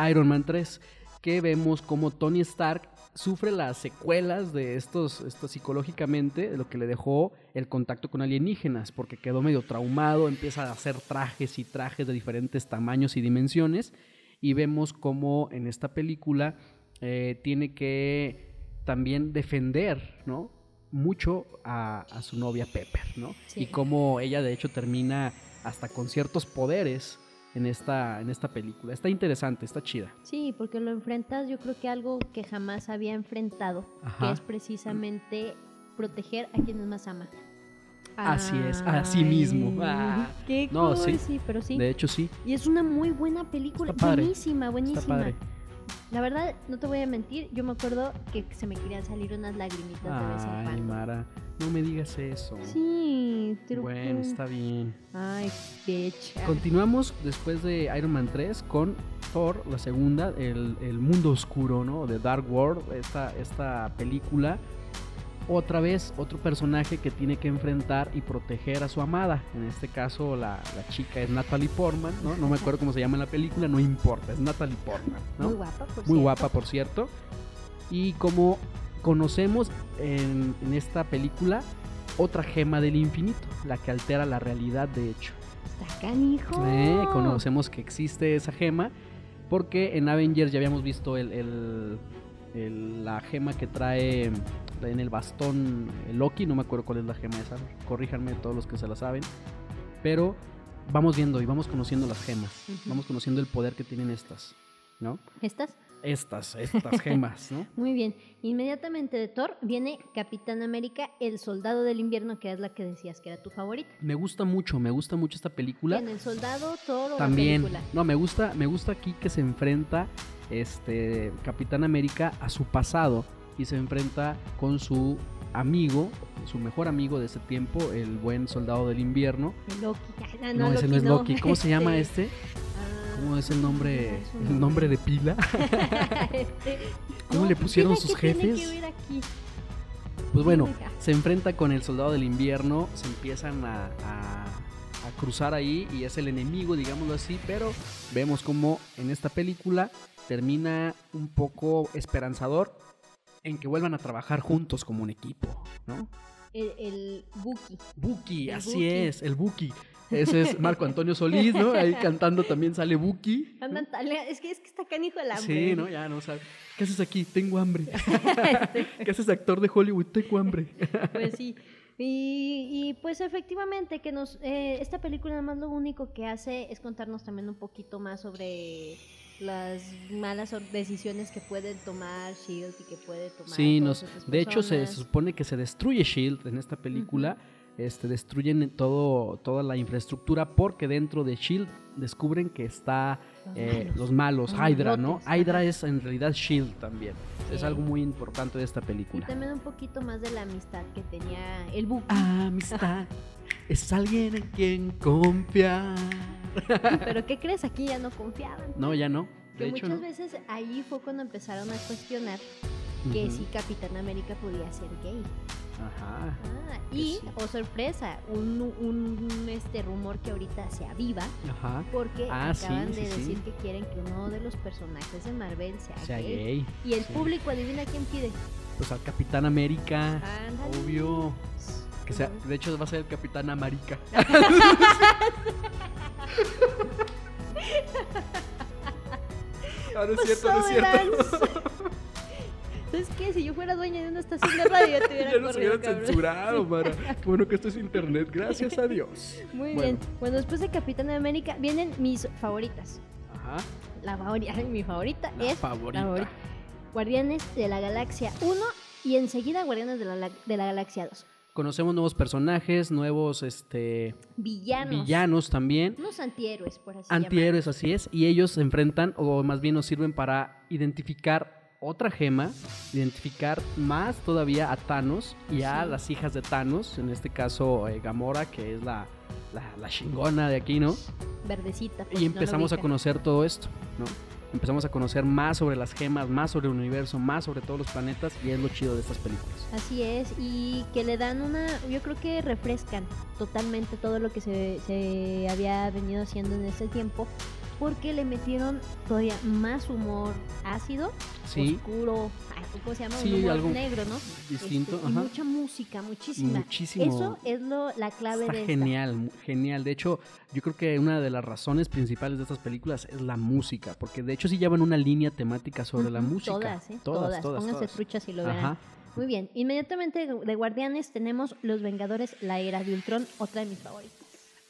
Speaker 6: Iron Man 3, que vemos como Tony Stark sufre las secuelas de estos, esto psicológicamente, de lo que le dejó el contacto con alienígenas, porque quedó medio traumado, empieza a hacer trajes y trajes de diferentes tamaños y dimensiones, y vemos como en esta película eh, tiene que también defender, ¿no? mucho a, a su novia Pepper, ¿no?
Speaker 7: Sí.
Speaker 6: Y cómo ella de hecho termina hasta con ciertos poderes en esta, en esta película. Está interesante, está chida.
Speaker 7: Sí, porque lo enfrentas, yo creo que algo que jamás había enfrentado,
Speaker 6: Ajá.
Speaker 7: que es precisamente proteger a quienes más ama.
Speaker 6: Así es, a sí mismo. Ah.
Speaker 7: Qué
Speaker 6: No,
Speaker 7: cool,
Speaker 6: sí.
Speaker 7: sí. pero sí.
Speaker 6: De hecho, sí.
Speaker 7: Y es una muy buena película,
Speaker 6: Está padre.
Speaker 7: buenísima, buenísima.
Speaker 6: Está padre.
Speaker 7: La verdad, no te voy a mentir, yo me acuerdo que se me querían salir unas lagrimitas de vez en
Speaker 6: Ay,
Speaker 7: cuando.
Speaker 6: Mara, no me digas eso.
Speaker 7: Sí, truco.
Speaker 6: Bueno, está bien.
Speaker 7: Ay, bitch.
Speaker 6: Continuamos después de Iron Man 3 con Thor, la segunda, el, el mundo oscuro, ¿no? De Dark World, esta, esta película. Otra vez, otro personaje que tiene que enfrentar y proteger a su amada. En este caso, la, la chica es Natalie Portman, ¿no? No me acuerdo cómo se llama en la película, no importa, es Natalie Portman, ¿no?
Speaker 7: Muy guapa, por
Speaker 6: muy
Speaker 7: cierto.
Speaker 6: guapa por cierto. Y como conocemos en, en esta película, otra gema del infinito, la que altera la realidad de hecho.
Speaker 7: Está canijo.
Speaker 6: Eh, conocemos que existe esa gema, porque en Avengers ya habíamos visto el, el- el- la gema que trae en el bastón Loki, no me acuerdo cuál es la gema esa, corríjanme todos los que se la saben, pero vamos viendo y vamos conociendo las gemas,
Speaker 7: Ujú.
Speaker 6: vamos conociendo el poder que tienen estas, ¿no?
Speaker 7: ¿Estás?
Speaker 6: estas, estas gemas, ¿no?
Speaker 7: Muy bien. Inmediatamente de Thor viene Capitán América, el soldado del invierno, que es la que decías que era tu favorita.
Speaker 6: Me gusta mucho, me gusta mucho esta película.
Speaker 7: En el soldado, Thor o la
Speaker 6: También,
Speaker 7: película.
Speaker 6: no, me gusta, me gusta aquí que se enfrenta este Capitán América a su pasado y se enfrenta con su amigo, su mejor amigo de ese tiempo, el buen soldado del invierno.
Speaker 7: El Loki. Ah, no,
Speaker 6: No, ese no es
Speaker 7: Loki
Speaker 6: Loki. ¿Cómo se llama
Speaker 7: Este,
Speaker 6: este?
Speaker 7: ah,
Speaker 6: ¿Cómo es el nombre?
Speaker 7: es un
Speaker 6: El nombre de pila.
Speaker 7: Este,
Speaker 6: ¿Cómo
Speaker 7: no,
Speaker 6: le pusieron
Speaker 7: mira
Speaker 6: sus
Speaker 7: qué tiene
Speaker 6: jefes?
Speaker 7: que ver aquí.
Speaker 6: Pues bueno,
Speaker 7: Venga.
Speaker 6: se enfrenta con el soldado del invierno, se empiezan a, a- a cruzar ahí y es el enemigo, digámoslo así, pero vemos como en esta película termina un poco esperanzador en que vuelvan a trabajar juntos como un equipo, ¿no?
Speaker 7: El, el Buki.
Speaker 6: Buki,
Speaker 7: El
Speaker 6: así
Speaker 7: Buki.
Speaker 6: es, el Buki. Ese es Marco Antonio Solís, ¿no? Ahí cantando también sale Buki. ¿no?
Speaker 7: Andan- es, que, es que está canijo el hambre.
Speaker 6: Sí, ¿no? Ya no sabes. ¿Qué haces aquí? Tengo hambre. ¿Qué haces de actor de Hollywood? Tengo hambre.
Speaker 7: Pues sí. Y, y, pues efectivamente que nos eh, esta película nada más lo único que hace es contarnos también un poquito más sobre las malas or- decisiones que pueden tomar Shield y que puede tomar
Speaker 6: Sí,
Speaker 7: todas
Speaker 6: nos,
Speaker 7: estas
Speaker 6: de hecho se
Speaker 7: personas.
Speaker 6: supone que se destruye Shield E en esta película. Este, destruyen todo, toda la infraestructura porque dentro de Shield E descubren que está
Speaker 7: Los
Speaker 6: eh,
Speaker 7: malos.
Speaker 6: los malos,
Speaker 7: Los
Speaker 6: Hydra, ¿no?
Speaker 7: malotes, ajá.
Speaker 6: Hydra es en realidad Shield E también. Es
Speaker 7: Sí.
Speaker 6: algo muy importante de esta
Speaker 7: y
Speaker 6: película.
Speaker 7: también un poquito más de la amistad que tenía el Buki,
Speaker 6: Ah, Amistad es alguien en quien confiar.
Speaker 7: pero ¿qué crees? Aquí ya no confiaban.
Speaker 6: No, ya no.
Speaker 7: Que
Speaker 6: De hecho,
Speaker 7: muchas
Speaker 6: no.
Speaker 7: veces ahí fue cuando empezaron a cuestionar que
Speaker 6: Ujú.
Speaker 7: si Capitán América podía ser gay.
Speaker 6: Ajá.
Speaker 7: Ah,
Speaker 6: Que
Speaker 7: y,
Speaker 6: sí.
Speaker 7: oh sorpresa, un, un- este rumor que ahorita se aviva
Speaker 6: Ajá.
Speaker 7: porque
Speaker 6: Ah, sí,
Speaker 7: acaban
Speaker 6: sí,
Speaker 7: de
Speaker 6: sí.
Speaker 7: decir que quieren que uno de los personajes de Marvel sea,
Speaker 6: O sea,
Speaker 7: gay.
Speaker 6: gay.
Speaker 7: Y el
Speaker 6: Sí.
Speaker 7: público, adivina quién pide.
Speaker 6: Pues al Capitán América.
Speaker 7: Ándale.
Speaker 6: Obvio. Que sea,
Speaker 7: Ujú.
Speaker 6: de hecho va a ser el Capitán América. no, no es
Speaker 7: Pues
Speaker 6: cierto, no es cierto.
Speaker 7: ¿Sabes qué? Si yo fuera dueña de una estación de radio, ya te hubiera
Speaker 6: Ya nos
Speaker 7: corrido,
Speaker 6: hubieran
Speaker 7: cabrón.
Speaker 6: censurado, Mara. Qué bueno que esto es internet, gracias a Dios.
Speaker 7: Muy
Speaker 6: Bueno.
Speaker 7: bien. Bueno, después de Capitán América vienen mis favoritas.
Speaker 6: Ajá.
Speaker 7: La favorita, mi favorita
Speaker 6: La
Speaker 7: es
Speaker 6: favorita.
Speaker 7: favorita. Guardianes de la Galaxia 1 y enseguida Guardianes de la, la- de la Galaxia 2.
Speaker 6: Conocemos nuevos personajes, nuevos este
Speaker 7: Villanos.
Speaker 6: villanos también.
Speaker 7: Unos antihéroes, por así
Speaker 6: Antihéroes, así es. Y ellos se enfrentan, o más bien nos sirven para identificar otra gema, identificar más todavía a Thanos y a
Speaker 7: Sí.
Speaker 6: las hijas de Thanos, en este caso eh, Gamora, que es la, la, la chingona de aquí, ¿no?
Speaker 7: llamarlo. Verdecita. por
Speaker 6: Y
Speaker 7: si no lo
Speaker 6: empezamos a
Speaker 7: ubican.
Speaker 6: conocer todo esto, ¿no? Empezamos a conocer más sobre las gemas, más sobre el universo, más sobre todos los planetas, y es lo chido de estas películas.
Speaker 7: Así es, y que le dan una, yo creo que refrescan totalmente todo lo que se, se había venido haciendo en este tiempo, porque le metieron todavía más humor ácido,
Speaker 6: Sí,
Speaker 7: oscuro, ah, ¿cómo se llama?
Speaker 6: Sí,
Speaker 7: Un Pues, humor
Speaker 6: algo
Speaker 7: negro, ¿no?
Speaker 6: distinto,
Speaker 7: Este, y
Speaker 6: ajá.
Speaker 7: mucha música, muchísima.
Speaker 6: Muchísimo.
Speaker 7: Eso es lo, la clave
Speaker 6: Está
Speaker 7: de esta.
Speaker 6: genial, mu- genial. De hecho, yo creo que una de las razones principales de estas películas es la música, porque de hecho sí llevan una línea temática sobre la
Speaker 7: Ujú,
Speaker 6: música.
Speaker 7: Todas, ¿eh?
Speaker 6: todas, todas.
Speaker 7: Pónganse
Speaker 6: todas.
Speaker 7: truchas si lo verán.
Speaker 6: Ajá.
Speaker 7: Muy bien, inmediatamente de Guardianes tenemos Los Vengadores, la era de Ultron, otra de mis favoritas.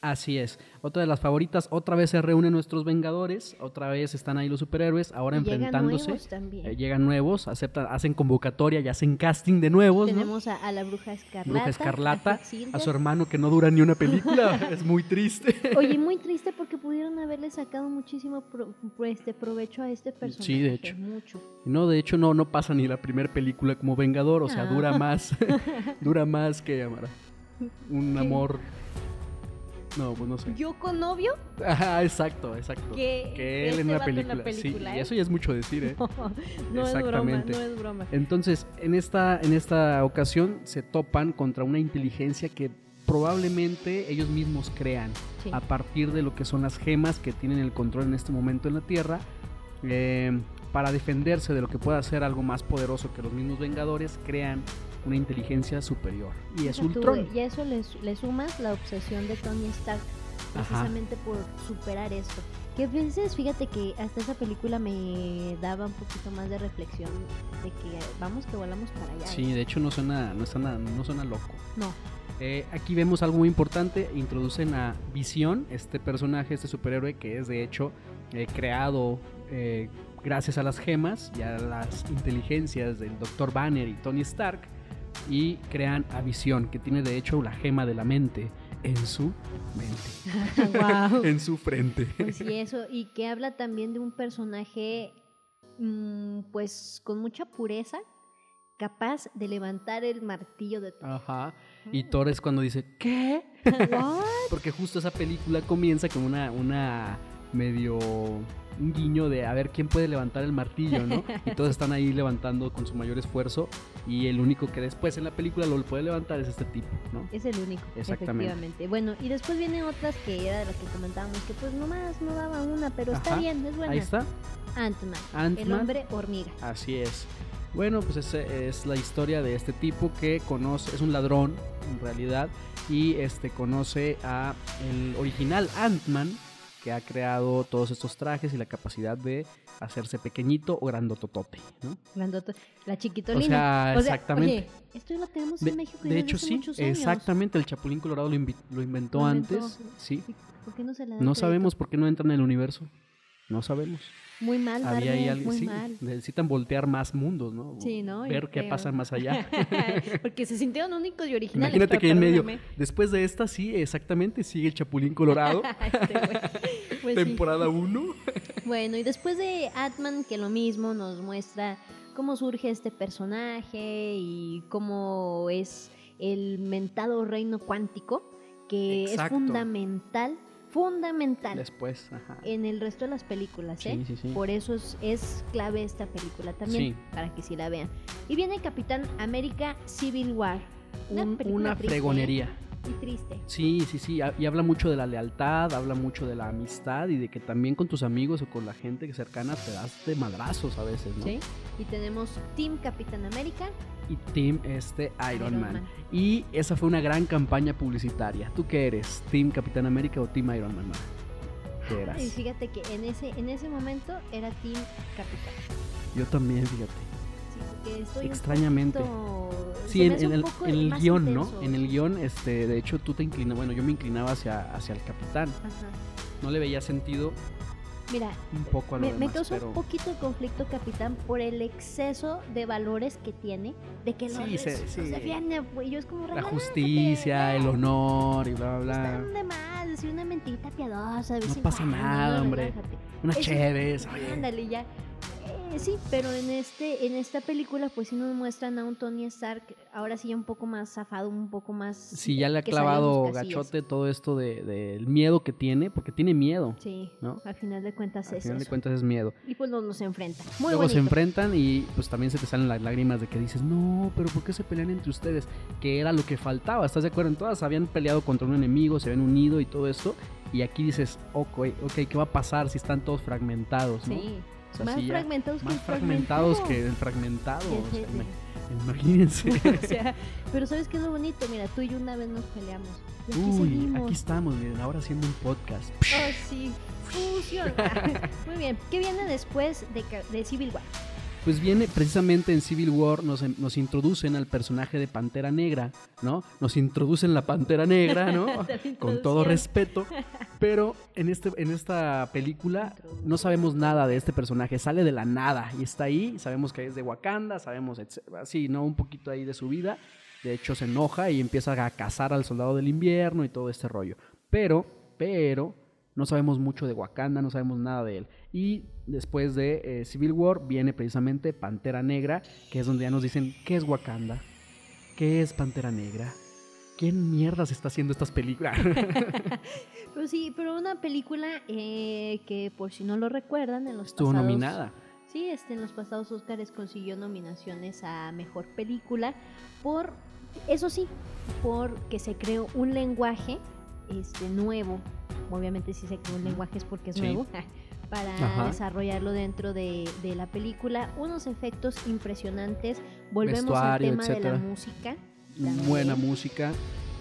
Speaker 6: Así es. Otra de las favoritas, otra vez se reúnen nuestros Vengadores, otra vez están ahí los superhéroes, ahora
Speaker 7: Y llegan
Speaker 6: enfrentándose.
Speaker 7: nuevos también.
Speaker 6: Eh, llegan nuevos, aceptan, hacen convocatoria y hacen casting de nuevos. ¿no?
Speaker 7: Tenemos a, a la bruja escarlata.
Speaker 6: Bruja Escarlata,
Speaker 7: Quicksilver.
Speaker 6: a su hermano que no dura ni una película, es muy triste.
Speaker 7: Oye, muy triste porque pudieron haberle sacado muchísimo pro- pro- este provecho a este personaje.
Speaker 6: Sí, de hecho.
Speaker 7: Mucho.
Speaker 6: No, de hecho no, no pasa ni la primera película como Vengador, o sea,
Speaker 7: Ah.
Speaker 6: dura más, dura más que Amara. Un
Speaker 7: ¿Qué?
Speaker 6: amor. No, pues no sé.
Speaker 7: Yo con novio.
Speaker 6: Ajá, exacto, exacto.
Speaker 7: Que
Speaker 6: que él
Speaker 7: este
Speaker 6: en una
Speaker 7: vato en la
Speaker 6: película.
Speaker 7: película,
Speaker 6: sí, y
Speaker 7: ¿eh?
Speaker 6: eso ya es mucho decir, ¿eh?
Speaker 7: no es broma,
Speaker 6: Exactamente. Eh,
Speaker 7: no es broma.
Speaker 6: Entonces, en esta, en esta ocasión se topan contra una inteligencia que probablemente ellos mismos crean
Speaker 7: Sí.
Speaker 6: a partir de lo que son las gemas que tienen el control en este momento en la Tierra eh, para defenderse de lo que pueda ser algo más poderoso que los mismos Vengadores crean una inteligencia superior y es
Speaker 7: Deja tú,
Speaker 6: Ultron.
Speaker 7: Y a eso le, su- le sumas la obsesión de Tony Stark,
Speaker 6: Ajá.
Speaker 7: precisamente por superar esto. Que a veces, fíjate que hasta esa película me daba un poquito más de reflexión de que vamos que volamos para allá.
Speaker 6: Sí, de hecho no suena, no suena, no suena loco.
Speaker 7: No,
Speaker 6: Eh, aquí vemos algo muy importante, introducen a Visión, este personaje, este superhéroe que es de hecho eh, creado eh, gracias a las gemas y a las inteligencias del Dr. Banner y Tony Stark y crean a Visión, que tiene de hecho la gema de la mente en su mente,
Speaker 7: wow.
Speaker 6: en su frente.
Speaker 7: Pues y eso, y que habla también de un personaje, mm, pues con mucha pureza, capaz de levantar el martillo de Thor.
Speaker 6: Ajá. Y Torres cuando dice, ¿qué? Porque justo esa película comienza con una, una medio un guiño de a ver quién puede levantar el martillo, ¿no? Y todos están ahí levantando con su mayor esfuerzo y el único que después en la película lo puede levantar es este tipo, ¿no?
Speaker 7: Es el único,
Speaker 6: Exactamente.
Speaker 7: efectivamente. Bueno, y después vienen otras que era de las que comentábamos, que pues nomás no daba una, pero está
Speaker 6: Ajá.
Speaker 7: bien, es buena.
Speaker 6: Ahí está,
Speaker 7: Ant-Man, el
Speaker 6: Ant-Man.
Speaker 7: hombre hormiga.
Speaker 6: Así es. Bueno, pues esa es la historia de este tipo que conoce, es un ladrón en realidad, y este conoce a el original Ant-Man que ha creado todos estos trajes y la capacidad de hacerse pequeñito o grandototote, ¿no?
Speaker 7: Grandote, la
Speaker 6: O
Speaker 7: chiquitolina.
Speaker 6: sea,
Speaker 7: O sea,
Speaker 6: exactamente.
Speaker 7: oye, esto lo tenemos
Speaker 6: de,
Speaker 7: en México
Speaker 6: de
Speaker 7: desde
Speaker 6: hecho,
Speaker 7: hace
Speaker 6: sí,
Speaker 7: muchos años.
Speaker 6: exactamente. El Chapulín Colorado lo, invi- lo inventó
Speaker 7: Lo inventó.
Speaker 6: antes, sí.
Speaker 7: ¿Y ¿Por qué no se le da
Speaker 6: No
Speaker 7: crédito?
Speaker 6: sabemos por qué no entra en el universo. No sabemos.
Speaker 7: Muy mal,
Speaker 6: Había ahí
Speaker 7: Marvel,
Speaker 6: alguien,
Speaker 7: muy
Speaker 6: sí,
Speaker 7: mal.
Speaker 6: necesitan voltear más mundos, ¿no?
Speaker 7: Sí, ¿no? Yo
Speaker 6: Ver qué
Speaker 7: creo.
Speaker 6: pasa más allá.
Speaker 7: Porque se sintieron únicos y originales.
Speaker 6: Imagínate
Speaker 7: pero
Speaker 6: que en medio,
Speaker 7: perdóname.
Speaker 6: después de esta, sí, exactamente, sigue el Chapulín Colorado,
Speaker 7: Este güey. Pues sí.
Speaker 6: temporada 1.
Speaker 7: Bueno, y después de Atman, que lo mismo nos muestra cómo surge este personaje y cómo es el mentado reino cuántico, que
Speaker 6: Exacto.
Speaker 7: es fundamental, fundamental
Speaker 6: Después, ajá.
Speaker 7: en el resto de las películas, ¿eh?
Speaker 6: Sí, sí, sí.
Speaker 7: Por eso es, es clave esta película
Speaker 6: Sí.
Speaker 7: también, para que sí la vean. Y viene Capitán América Civil War. Una,
Speaker 6: Un-
Speaker 7: película
Speaker 6: una
Speaker 7: triste, ¿eh?
Speaker 6: fregonería.
Speaker 7: Y triste.
Speaker 6: Sí, sí, sí. ha- Y habla mucho de la lealtad, habla mucho de la amistad y de que también con tus amigos o con la gente cercana te das de madrazos a veces, ¿no?
Speaker 7: ¿sí? Y tenemos Team Capitán América.
Speaker 6: Y Team este Iron,
Speaker 7: Iron
Speaker 6: Man.
Speaker 7: Man.
Speaker 6: Y esa fue una gran campaña publicitaria. ¿Tú qué eres? ¿Team Capitán América o Team Iron Man? Mara? ¿Qué eras?
Speaker 7: Y fíjate que en ese, en ese momento era Team Capitán.
Speaker 6: Yo también, fíjate.
Speaker 7: Sí, porque estoy
Speaker 6: Extrañamente.
Speaker 7: un poquito-
Speaker 6: Sí,
Speaker 7: se me
Speaker 6: en,
Speaker 7: hace
Speaker 6: en
Speaker 7: un
Speaker 6: el,
Speaker 7: poco
Speaker 6: en el
Speaker 7: más
Speaker 6: guión, ¿no?
Speaker 7: intenso.
Speaker 6: En el guión, este, de hecho, tú te inclinas, bueno, yo me inclinaba hacia, hacia el capitán.
Speaker 7: Ajá.
Speaker 6: No le veía sentido
Speaker 7: Mira,
Speaker 6: un poco a lo
Speaker 7: me, me
Speaker 6: demás,
Speaker 7: causa
Speaker 6: pero-
Speaker 7: un poquito de conflicto, capitán, por el exceso de valores que tiene, de que los,
Speaker 6: Sí, se-
Speaker 7: los
Speaker 6: sí.
Speaker 7: defiende, güey. Yo es como
Speaker 6: la
Speaker 7: relájate,
Speaker 6: justicia, el
Speaker 7: güey.
Speaker 6: honor y bla, bla,
Speaker 7: Están
Speaker 6: bla.
Speaker 7: de más, decir una mentirita piadosa. de
Speaker 6: No
Speaker 7: vez en
Speaker 6: pasa
Speaker 7: cuando,
Speaker 6: nada, hombre.
Speaker 7: relájate.
Speaker 6: Unas
Speaker 7: Eso-
Speaker 6: chéves. oye.
Speaker 7: Ándale, ya. Eh, sí, pero en este en esta película pues sí nos muestran a un Tony Stark ahora sí ya un poco más zafado, un poco más...
Speaker 6: Sí, ya le ha
Speaker 7: que salió de sus
Speaker 6: clavado
Speaker 7: casillas.
Speaker 6: gachote todo esto de- del miedo que tiene, porque tiene miedo.
Speaker 7: Sí,
Speaker 6: ¿no?
Speaker 7: al final de cuentas
Speaker 6: Al
Speaker 7: es
Speaker 6: final de
Speaker 7: eso.
Speaker 6: cuentas es miedo.
Speaker 7: Y pues los, los enfrenta. Muy
Speaker 6: Luego se
Speaker 7: bonito.
Speaker 6: enfrentan y pues también se te salen las lágrimas de que dices, no, pero ¿por qué se pelean entre ustedes? Que era lo que faltaba, ¿estás de acuerdo? En todas habían peleado contra un enemigo, se habían unido y todo esto. Y aquí dices, ok, ok, ¿qué va a pasar si están todos fragmentados? ¿no?
Speaker 7: Sí,
Speaker 6: O sea,
Speaker 7: más
Speaker 6: sí, ya-
Speaker 7: fragmentados que
Speaker 6: más
Speaker 7: el
Speaker 6: fragmentados que
Speaker 7: fragmentado.
Speaker 6: el fragmentado. o sea,
Speaker 7: Sí, sí,
Speaker 6: ima- Imagínense.
Speaker 7: o sea, pero ¿sabes qué es lo bonito? Mira, tú y yo una vez nos peleamos. Y aquí
Speaker 6: Uy,
Speaker 7: seguimos.
Speaker 6: aquí estamos, miren, ahora haciendo un podcast.
Speaker 7: Oh, sí. Fusión. Muy bien. ¿Qué viene después de, ca- de Civil War?
Speaker 6: Pues viene precisamente en Civil War, nos, nos introducen al personaje de Pantera Negra, ¿no? Nos introducen la Pantera Negra, ¿no? Con todo
Speaker 7: respeto.
Speaker 6: respeto, pero en, este, en esta película no sabemos nada de este personaje, sale de la nada y está ahí, sabemos que es de Wakanda, sabemos, etc- así, ¿no? Un poquito ahí de su vida, de hecho se enoja y empieza a cazar al soldado del invierno y todo este rollo, pero, pero, no sabemos mucho de Wakanda, no sabemos nada de él. Y después de eh, Civil War viene precisamente Pantera Negra, que es donde ya nos dicen qué es Wakanda, qué es Pantera Negra. ¿Quién mierdas está haciendo estas películas?
Speaker 7: Pero Pues sí, pero una película eh, que por si no lo recuerdan en los
Speaker 6: Estuvo
Speaker 7: pasados-
Speaker 6: nominada.
Speaker 7: Sí, este, en los pasados Óscares consiguió nominaciones a Mejor Película por, eso sí, porque se creó un lenguaje este, nuevo. Obviamente si se creó un lenguaje es porque es
Speaker 6: Sí.
Speaker 7: nuevo. Para
Speaker 6: Ajá.
Speaker 7: desarrollarlo dentro de, de la película. Unos efectos impresionantes. Volvemos
Speaker 6: Vestuario,
Speaker 7: al tema de
Speaker 6: etcétera.
Speaker 7: la música.
Speaker 6: Buena
Speaker 7: también.
Speaker 6: música.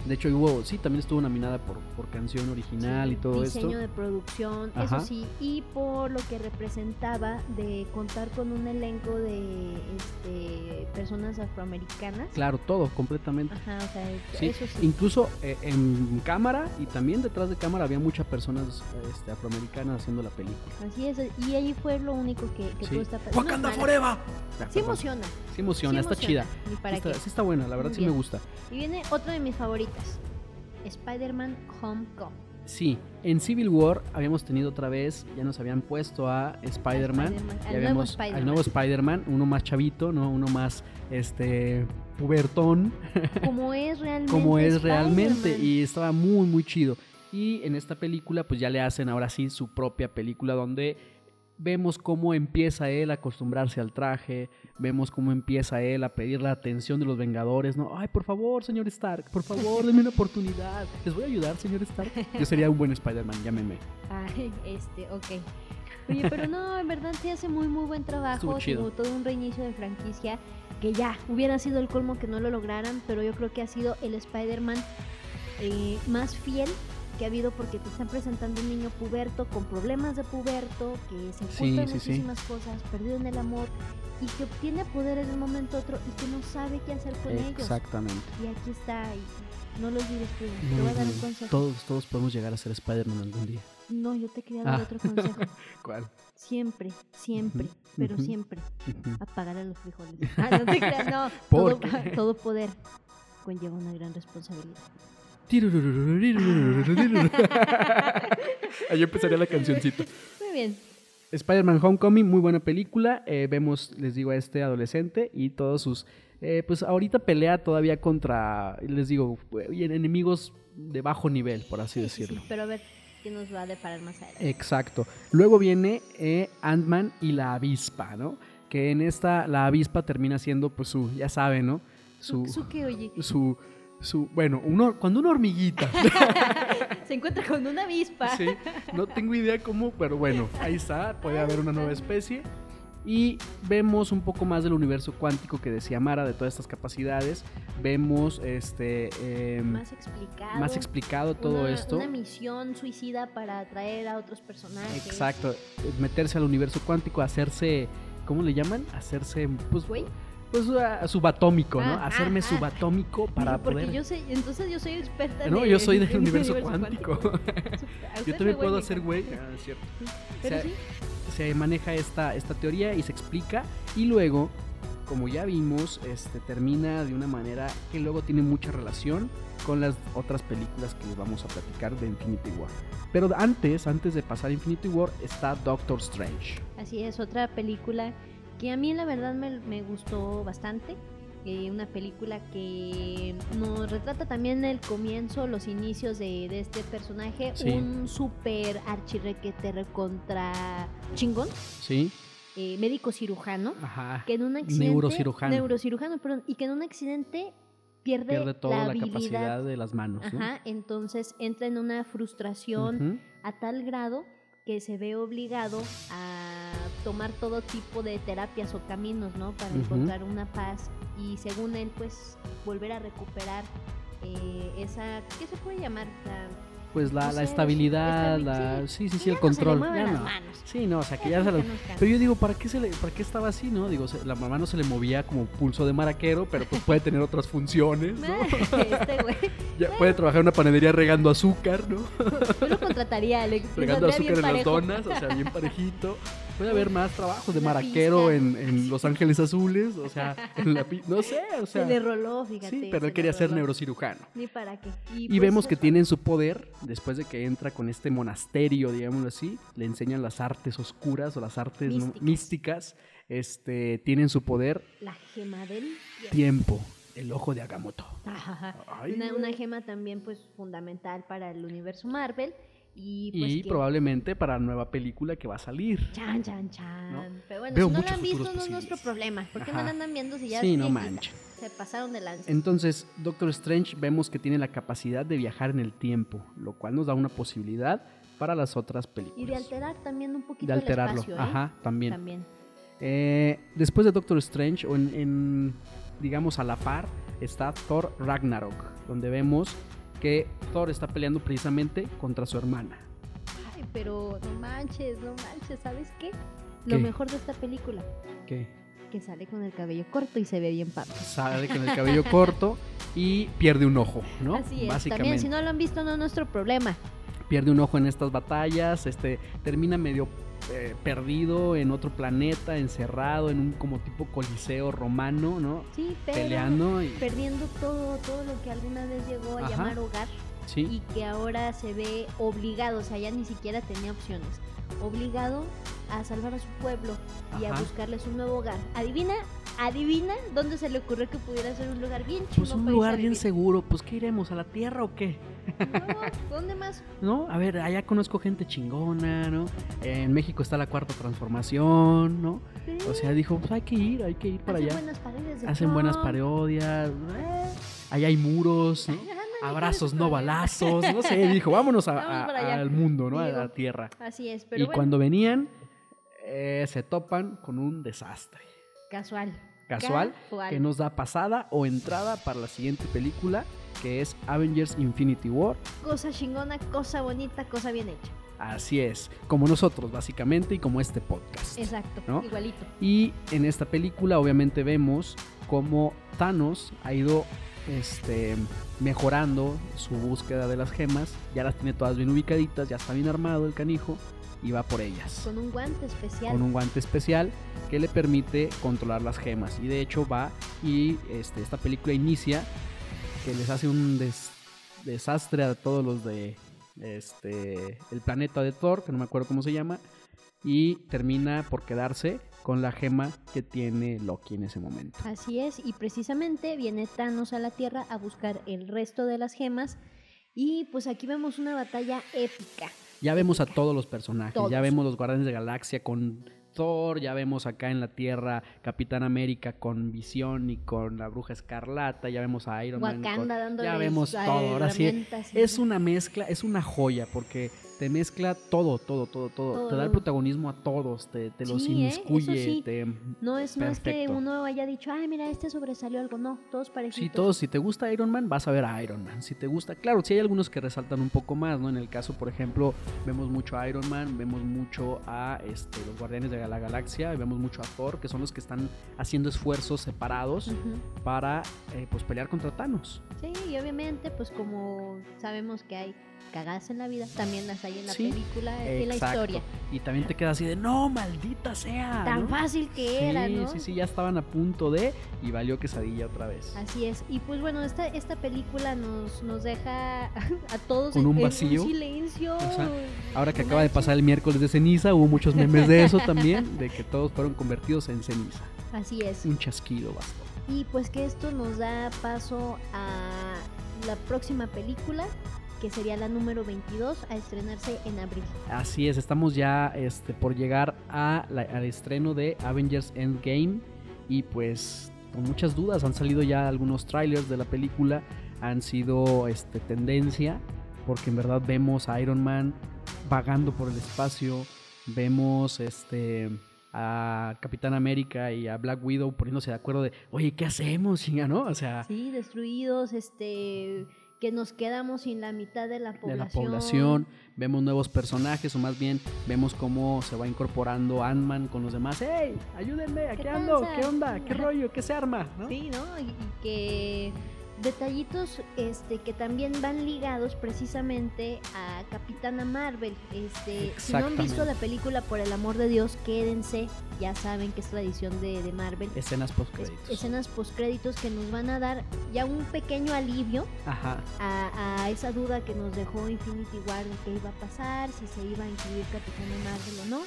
Speaker 6: De hecho, hubo, sí, también estuvo nominada por, por canción original y todo
Speaker 7: diseño
Speaker 6: esto.
Speaker 7: de producción,
Speaker 6: Ajá.
Speaker 7: eso sí, y por lo que representaba de contar con un elenco de este, personas afroamericanas.
Speaker 6: Claro, todo, completamente.
Speaker 7: Ajá, o sea,
Speaker 6: Sí,
Speaker 7: Ah, eso sí.
Speaker 6: incluso eh, en cámara y también detrás de cámara había muchas personas este, afroamericanas haciendo la película.
Speaker 7: Así es, y ahí fue lo único que, que
Speaker 6: Sí.
Speaker 7: tuvo esta película.
Speaker 1: ¡Wakanda Forever!
Speaker 7: Sí emociona.
Speaker 6: Sí emociona,
Speaker 7: sí
Speaker 6: está chida.
Speaker 7: emociona, Ni para
Speaker 6: Sí está,
Speaker 7: qué.
Speaker 6: sí está buena, la verdad
Speaker 7: Muy
Speaker 6: sí
Speaker 7: bien.
Speaker 6: me gusta.
Speaker 7: Y viene otra de mis favoritas, Spider-Man Homecoming.
Speaker 6: Sí, en Civil War habíamos tenido otra vez, ya nos habían puesto a Spider-Man.
Speaker 7: Spider-Man,
Speaker 6: Ya
Speaker 7: al nuevo
Speaker 6: vemos
Speaker 7: Spider-Man.
Speaker 6: al nuevo Spider-Man, uno más chavito, ¿no? Uno más, este, pubertón,
Speaker 7: Como es realmente.
Speaker 6: como es realmente.
Speaker 7: Spider-Man.
Speaker 6: Y estaba muy, muy chido. Y en esta película, pues ya le hacen ahora sí su propia película donde vemos cómo empieza él a acostumbrarse al traje, vemos cómo empieza él a pedir la atención de los Vengadores, ¿no? Ay, por favor, señor Stark, por favor, denme una oportunidad. Les voy a ayudar, señor Stark. Yo sería un buen Spider-Man, llámeme.
Speaker 7: Ay, este, ok. Oye, pero no, en verdad sí hace muy, muy buen trabajo.
Speaker 6: Estuvo chido.
Speaker 7: Como todo un reinicio de franquicia que ya hubiera sido el colmo que no lo lograran, pero yo creo que ha sido el Spider-Man eh, más fiel que ha habido porque te están presentando un niño puberto con problemas de puberto, que se
Speaker 6: Sí,
Speaker 7: ocupa en
Speaker 6: sí, sí.
Speaker 7: muchísimas cosas, perdido en el amor y que obtiene poderes de un momento a otro y que no sabe qué hacer con ellos.
Speaker 6: Exactamente.
Speaker 7: Y aquí está, y no los diré,
Speaker 6: No,
Speaker 7: te voy a
Speaker 6: no,
Speaker 7: dar un
Speaker 6: no.
Speaker 7: consejo.
Speaker 6: Todos, todos podemos llegar a ser Spider-Man algún día.
Speaker 7: No, yo te quería dar
Speaker 6: Ah.
Speaker 7: otro consejo.
Speaker 6: ¿Cuál?
Speaker 7: Siempre, siempre,
Speaker 6: Ujú,
Speaker 7: pero
Speaker 6: ujú.
Speaker 7: siempre, apagar a los frijoles. Ah, no te creas, no.
Speaker 6: ¿Por
Speaker 7: Todo,
Speaker 6: qué?
Speaker 7: todo poder conlleva una gran responsabilidad.
Speaker 6: Ahí empezaría la cancioncita.
Speaker 7: Muy bien.
Speaker 6: Spider-Man Homecoming, muy buena película. Eh, vemos, les digo, a este adolescente y todos sus. eh, pues ahorita pelea todavía contra, les digo, en- eh, enemigos de bajo nivel, por así
Speaker 7: Sí, sí,
Speaker 6: decirlo. Eh,
Speaker 7: sí, pero a ver, qué nos va a deparar más adelante.
Speaker 6: Exacto. Luego viene eh, Ant-Man y la avispa, ¿no? Que en esta, la avispa termina siendo, pues, su, ya saben, ¿no? Su,
Speaker 7: Su, su que, oye,
Speaker 6: su, su- bueno, un hor- cuando una hormiguita,
Speaker 7: se encuentra con una avispa.
Speaker 6: sí, no tengo idea cómo, pero bueno, ahí está, puede haber una nueva especie. Y vemos un poco más del universo cuántico que decía Mara, de todas estas capacidades. Vemos este em,
Speaker 7: Más explicado.
Speaker 6: más explicado todo
Speaker 7: una-
Speaker 6: esto.
Speaker 7: Una misión suicida para atraer a otros personajes.
Speaker 6: Exacto, meterse al universo cuántico, hacerse, ¿cómo le llaman? Hacerse, pues,
Speaker 7: Güey.
Speaker 6: pues ah, subatómico, ¿no?
Speaker 7: Ah,
Speaker 6: Hacerme
Speaker 7: ah, ah.
Speaker 6: subatómico para
Speaker 7: Porque
Speaker 6: poder...
Speaker 7: yo soy, entonces yo soy experta
Speaker 6: No,
Speaker 7: en-
Speaker 6: yo soy
Speaker 7: en-
Speaker 6: del
Speaker 7: en
Speaker 6: universo cuántico.
Speaker 7: Super- a
Speaker 6: Yo
Speaker 7: usted fue
Speaker 6: también puedo
Speaker 7: buen
Speaker 6: hacer
Speaker 7: ejemplo.
Speaker 6: güey. Ah, es cierto.
Speaker 7: Pero
Speaker 6: O sea,
Speaker 7: sí,
Speaker 6: se maneja esta, esta teoría y se explica. Y luego, como ya vimos, este, termina de una manera que luego tiene mucha relación con las otras películas que les vamos a platicar de Infinity War. Pero antes, antes de pasar a Infinity War, está Doctor Strange.
Speaker 7: así es, otra película que a mí la verdad me, me gustó bastante. Eh, una película que nos retrata también el comienzo, los inicios de, de este personaje.
Speaker 6: Sí.
Speaker 7: Un super archirrequete recontra chingón,
Speaker 6: ¿Sí?
Speaker 7: eh, médico cirujano.
Speaker 6: Ajá.
Speaker 7: que en un accidente
Speaker 6: Neurocirujano.
Speaker 7: neurocirujano, perdón, y que en un accidente pierde,
Speaker 6: Pierde toda la,
Speaker 7: la, habilidad.
Speaker 6: capacidad de las manos. ¿no?
Speaker 7: Ajá, entonces entra en una frustración
Speaker 6: Ujú.
Speaker 7: a tal grado que se ve obligado a tomar todo tipo de terapias o caminos, ¿no? Para
Speaker 6: Ujú.
Speaker 7: encontrar una paz y según él, pues volver a recuperar eh, esa, ¿qué se puede llamar? La-
Speaker 6: Pues la,
Speaker 7: No
Speaker 6: la
Speaker 7: sé,
Speaker 6: estabilidad,
Speaker 7: estabil-
Speaker 6: la... sí, sí, sí,
Speaker 7: que
Speaker 6: el
Speaker 7: ya no se le
Speaker 6: control.
Speaker 7: mueven
Speaker 6: ya
Speaker 7: las
Speaker 6: no.
Speaker 7: manos.
Speaker 6: Sí, no, o sea, que
Speaker 7: Ya
Speaker 6: ya se
Speaker 7: no
Speaker 6: lo...
Speaker 7: se nos cansa.
Speaker 6: Pero yo digo, ¿para qué, se le, ¿para qué estaba así, no? Digo, se- la mamá no se le movía como pulso de maraquero, pero pues puede tener otras funciones, ¿no?
Speaker 7: Este güey,
Speaker 6: Ya puede trabajar en una panadería regando azúcar, ¿no?
Speaker 7: yo lo contrataría, Alex. lo
Speaker 6: Regando
Speaker 7: pondría bien
Speaker 6: azúcar en las
Speaker 7: parejo.
Speaker 6: donas, o sea, bien parejito. Puede haber más trabajos de
Speaker 7: Una
Speaker 6: maraquero
Speaker 7: pista.
Speaker 6: en, en Los Ángeles Azules, o sea, en la... pi- No sé, o sea...
Speaker 7: se le roló, fíjate.
Speaker 6: Sí, pero
Speaker 7: se
Speaker 6: él
Speaker 7: le
Speaker 6: quería ser
Speaker 7: roló.
Speaker 6: neurocirujano.
Speaker 7: Ni para qué.
Speaker 6: Y
Speaker 7: pues,
Speaker 6: vemos que
Speaker 7: eso.
Speaker 6: tiene en su poder, después de que entra con este monasterio, digámoslo así, le enseñan las artes oscuras o las artes ¿no?
Speaker 7: Místicas.
Speaker 6: místicas, este, tiene en su poder
Speaker 7: La gema del...
Speaker 6: tiempo, el ojo de Agamotto.
Speaker 7: Ajá.
Speaker 6: Ay,
Speaker 7: Una, una gema también pues fundamental para el universo Marvel. Y, pues,
Speaker 6: y
Speaker 7: que-
Speaker 6: probablemente para la nueva película que va a salir.
Speaker 7: Chan, chan, chan.
Speaker 6: ¿No?
Speaker 7: Pero bueno,
Speaker 6: Veo
Speaker 7: si no la
Speaker 6: muchos
Speaker 7: han visto
Speaker 6: futuros
Speaker 7: no es nuestro
Speaker 6: posibles.
Speaker 7: problema. ¿Por qué no
Speaker 6: Ajá.
Speaker 7: la andan viendo si ya
Speaker 6: Sí,
Speaker 7: es
Speaker 6: no
Speaker 7: viejita?
Speaker 6: mancha.
Speaker 7: Se pasaron de lanza.
Speaker 6: Entonces, Doctor Strange vemos que tiene la capacidad de viajar en el tiempo, lo cual nos da una posibilidad para las otras películas.
Speaker 7: Y de alterar también un poquito
Speaker 6: De alterarlo,
Speaker 7: el espacio, ¿eh?
Speaker 6: ajá, también.
Speaker 7: También.
Speaker 6: Eh, después de Doctor Strange, o en, en, digamos a la par, está Thor Ragnarok, donde vemos que Thor está peleando precisamente contra su hermana.
Speaker 7: Ay, pero no manches, no manches, ¿sabes qué? Lo
Speaker 6: ¿Qué?
Speaker 7: mejor de esta película,
Speaker 6: Que
Speaker 7: que sale con el cabello corto y se ve bien papá.
Speaker 6: sale con el cabello corto y pierde un ojo, ¿no?
Speaker 7: Así es,
Speaker 6: Básicamente.
Speaker 7: también si no lo han visto no es nuestro problema.
Speaker 6: Pierde un ojo en estas batallas, este, termina medio eh, perdido en otro planeta, encerrado en un como tipo coliseo romano, ¿no?
Speaker 7: Sí, pero
Speaker 6: Peleando y,
Speaker 7: perdiendo todo, todo lo que alguna vez llegó a
Speaker 6: Ajá.
Speaker 7: llamar hogar
Speaker 6: sí.
Speaker 7: y que ahora se ve obligado, o sea, ya ni siquiera tenía opciones, obligado a salvar a su pueblo y a
Speaker 6: Ajá.
Speaker 7: buscarles un nuevo hogar. Adivina, adivina dónde se le ocurrió que pudiera ser un lugar bien chido.
Speaker 6: Pues un lugar bien seguro, pues ¿qué iremos? ¿A la Tierra o qué?
Speaker 7: ¿Dónde más?
Speaker 6: ¿no? A ver, allá conozco gente chingona, ¿no? En México está la cuarta transformación, ¿no?
Speaker 7: Sí,
Speaker 6: O sea, dijo, pues hay que ir, hay que ir para
Speaker 7: hacen
Speaker 6: allá.
Speaker 7: buenas paredes. de
Speaker 6: Hacen buenas
Speaker 7: plomo.
Speaker 6: parodias, eh, allá hay muros, ¿no?
Speaker 7: Ándale, ¿cuál es
Speaker 6: Abrazos,
Speaker 7: el
Speaker 6: no
Speaker 7: problema?
Speaker 6: balazos, no sé, dijo, vámonos a-
Speaker 7: Vamos
Speaker 6: a-
Speaker 7: para allá.
Speaker 6: al mundo, ¿no? A
Speaker 7: Digo,
Speaker 6: la tierra.
Speaker 7: Así es,
Speaker 6: Y
Speaker 7: pero bueno,
Speaker 6: cuando venían, eh, se topan con un desastre.
Speaker 7: casual.
Speaker 6: Casual,
Speaker 7: Casual.
Speaker 6: que nos da pasada o entrada para la siguiente película, que es Avengers Infinity War.
Speaker 7: Cosa chingona, cosa bonita, cosa bien hecha.
Speaker 6: Así es, como nosotros básicamente y como este podcast.
Speaker 7: Exacto,
Speaker 6: ¿No?
Speaker 7: igualito.
Speaker 6: Y en esta película obviamente vemos cómo Thanos ha ido este, mejorando su búsqueda de las gemas, ya las tiene todas bien ubicaditas, ya está bien armado el canijo y va por ellas
Speaker 7: Con un guante especial.
Speaker 6: con un guante especial que le permite controlar las gemas y de hecho va y este, esta película inicia que les hace un des- desastre a todos los de este el planeta de Thor que no me acuerdo cómo se llama y termina por quedarse con la gema que tiene Loki en ese momento
Speaker 7: Así es, y precisamente viene Thanos a la Tierra a buscar el resto de las gemas. Y pues aquí vemos una batalla épica.
Speaker 6: ya vemos a todos los personajes,
Speaker 7: Todos.
Speaker 6: ya vemos los Guardianes de Galaxia con Thor, ya vemos acá en la Tierra Capitán América con Visión y con la Bruja Escarlata, ya vemos a Iron Man. con-
Speaker 7: Wakanda dándole
Speaker 6: ya vemos
Speaker 7: a-
Speaker 6: todo, ahora sí,
Speaker 7: herramientas y-
Speaker 6: Es una mezcla, es una joya porque te mezcla todo, todo, todo, todo.
Speaker 7: Todo.
Speaker 6: Te da el protagonismo a todos, te, te los
Speaker 7: Sí, ¿eh? Eso
Speaker 6: inmiscuye,
Speaker 7: sí.
Speaker 6: te...
Speaker 7: No es, no es que
Speaker 6: Perfecto.
Speaker 7: uno haya dicho, ay, mira, este sobresalió algo. No, todos parecidos.
Speaker 6: Sí, todos, si te gusta Iron Man, vas a ver a Iron Man. Si te gusta, claro, sí hay algunos que resaltan un poco más, ¿no? En el caso, por ejemplo, vemos mucho a Iron Man, vemos mucho a este, los Guardianes de la Galaxia, y vemos mucho a Thor, que son los que están haciendo esfuerzos separados para eh, pues, pelear contra Thanos.
Speaker 7: Sí, y obviamente, pues como sabemos que hay cagadas en la vida, también las hay en la
Speaker 6: Sí,
Speaker 7: película y en Eh, la
Speaker 6: Exacto.
Speaker 7: historia.
Speaker 6: Y también te queda así de, no, maldita sea.
Speaker 7: Tan
Speaker 6: ¿no?
Speaker 7: fácil que
Speaker 6: Sí,
Speaker 7: era, ¿no?
Speaker 6: sí, sí, ya estaban a punto de y valió quesadilla otra vez.
Speaker 7: Así es. Y pues bueno, esta, esta película nos, nos deja a todos
Speaker 6: Con
Speaker 7: en-
Speaker 6: un
Speaker 7: en
Speaker 6: vacío.
Speaker 7: silencio.
Speaker 6: O sea, Ahora que acaba de pasar el miércoles de ceniza, hubo muchos memes de eso también, de que todos fueron convertidos en ceniza.
Speaker 7: Así es.
Speaker 6: Un chasquido bastó.
Speaker 7: Y pues que esto nos da paso a la próxima película, que sería la número 22, a estrenarse en abril.
Speaker 6: Así es, estamos ya este, por llegar a la- al estreno de Avengers Endgame y pues con muchas dudas han salido ya algunos trailers de la película, han sido este, tendencia porque en verdad vemos a Iron Man vagando por el espacio, vemos este a Capitán América y a Black Widow poniéndose de acuerdo de, oye, ¿qué hacemos, chinga, no? O sea,
Speaker 7: Sí, destruidos, este que nos quedamos sin la mitad de la población.
Speaker 6: de la población, vemos nuevos personajes o más bien vemos cómo se va incorporando Ant-Man con los demás. ¡Hey! ¡Ayúdenme!
Speaker 7: ¿Qué
Speaker 6: ¡Aquí ando!
Speaker 7: tranza?
Speaker 6: ¿Qué onda? ¿Qué rollo? ¿Qué se arma? ¿No?
Speaker 7: Sí, ¿no? Y, y que detallitos este que también van ligados precisamente a Capitana Marvel. Este, si no han visto
Speaker 6: Exactamente.
Speaker 7: la película, por el amor de Dios, quédense. Ya saben que es tradición de, de Marvel.
Speaker 6: Escenas
Speaker 7: Es-
Speaker 6: post-créditos.
Speaker 7: escenas postcréditos que nos van a dar ya un pequeño alivio
Speaker 6: Ajá.
Speaker 7: a, a esa duda que nos dejó Infinity War de qué iba a pasar, si se iba a incluir Capitana Marvel o no.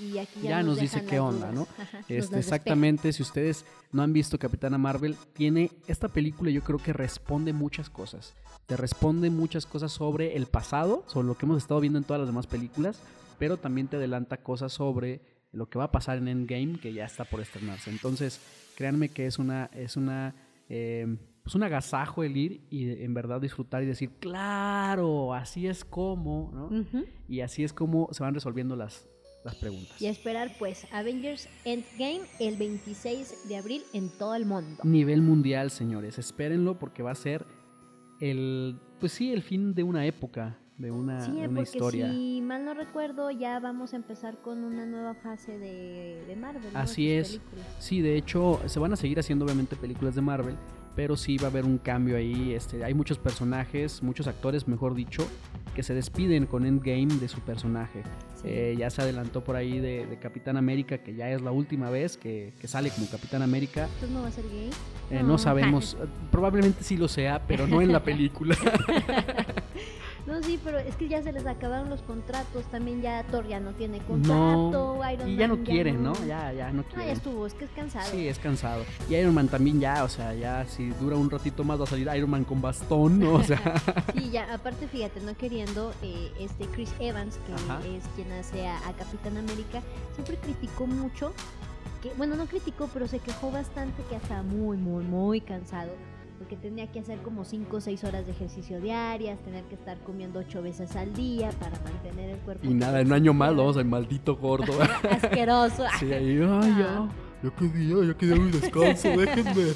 Speaker 7: Y aquí ya,
Speaker 6: Ya nos dice
Speaker 7: dejan
Speaker 6: qué
Speaker 7: las
Speaker 6: onda,
Speaker 7: dudas.
Speaker 6: ¿no?
Speaker 7: Ajá, nos las
Speaker 6: Este,
Speaker 7: despeja.
Speaker 6: exactamente, si ustedes no han visto Capitana Marvel, tiene esta película yo creo que responde muchas cosas. Te responde muchas cosas sobre el pasado, sobre lo que hemos estado viendo en todas las demás películas, pero también te adelanta cosas sobre lo que va a pasar en Endgame, que ya está por estrenarse. Entonces, créanme que es una, es una, eh, pues un agasajo el ir y en verdad disfrutar y decir, claro, así es como, ¿no?
Speaker 7: Ujú.
Speaker 6: Y así es como se van resolviendo las, las preguntas.
Speaker 7: Y a esperar pues Avengers Endgame el 26 de abril en todo el mundo.
Speaker 6: nivel mundial, señores. Espérenlo porque va a ser el, pues sí, el fin de una época, de una,
Speaker 7: Sí,
Speaker 6: de
Speaker 7: eh,
Speaker 6: una
Speaker 7: porque
Speaker 6: historia.
Speaker 7: si mal no recuerdo ya vamos a empezar con una nueva fase de, de Marvel. ¿no?
Speaker 6: Así
Speaker 7: De sus
Speaker 6: es.
Speaker 7: películas.
Speaker 6: Sí, de hecho, se van a seguir haciendo obviamente películas de Marvel, pero sí va a haber un cambio ahí. Este, hay muchos personajes, muchos actores, mejor dicho, que se despiden con Endgame de su personaje.
Speaker 7: Sí.
Speaker 6: Eh, ya se adelantó por ahí de, de Capitán América, que ya es la última vez que, que sale como Capitán América.
Speaker 7: ¿Tú no vas a ser gay?
Speaker 6: Eh,
Speaker 7: No.
Speaker 6: no sabemos, eh, probablemente sí lo sea, pero no en la película.
Speaker 7: No, sí, pero es que ya se les acabaron los contratos. También ya Thor ya no tiene
Speaker 6: No,
Speaker 7: contrato. Iron
Speaker 6: y ya no
Speaker 7: Man
Speaker 6: quieren, ¿no? Ya, ya no
Speaker 7: Ah, ya
Speaker 6: quieren.
Speaker 7: estuvo, es que es cansado.
Speaker 6: Sí, es cansado. Y Iron Man también ya, o sea, ya si dura un ratito más va a salir Iron Man con bastón, ¿no? O sea,
Speaker 7: Y ya, aparte, fíjate, no queriendo, eh, este Chris Evans, que
Speaker 6: Ajá.
Speaker 7: es quien hace a, a Capitán América, siempre criticó mucho, que, bueno, no criticó, pero se quejó bastante que estaba muy, muy, muy cansado, porque tenía que hacer como 5 o 6 horas de ejercicio diarias, tener que estar comiendo 8 veces al día para mantener el cuerpo.
Speaker 6: y nada, en un año más lo vamos al maldito gordo.
Speaker 7: Asqueroso. Ah,
Speaker 6: Sí, ahí, ay, ya, ya quería, ya quería mi descanso, déjenme.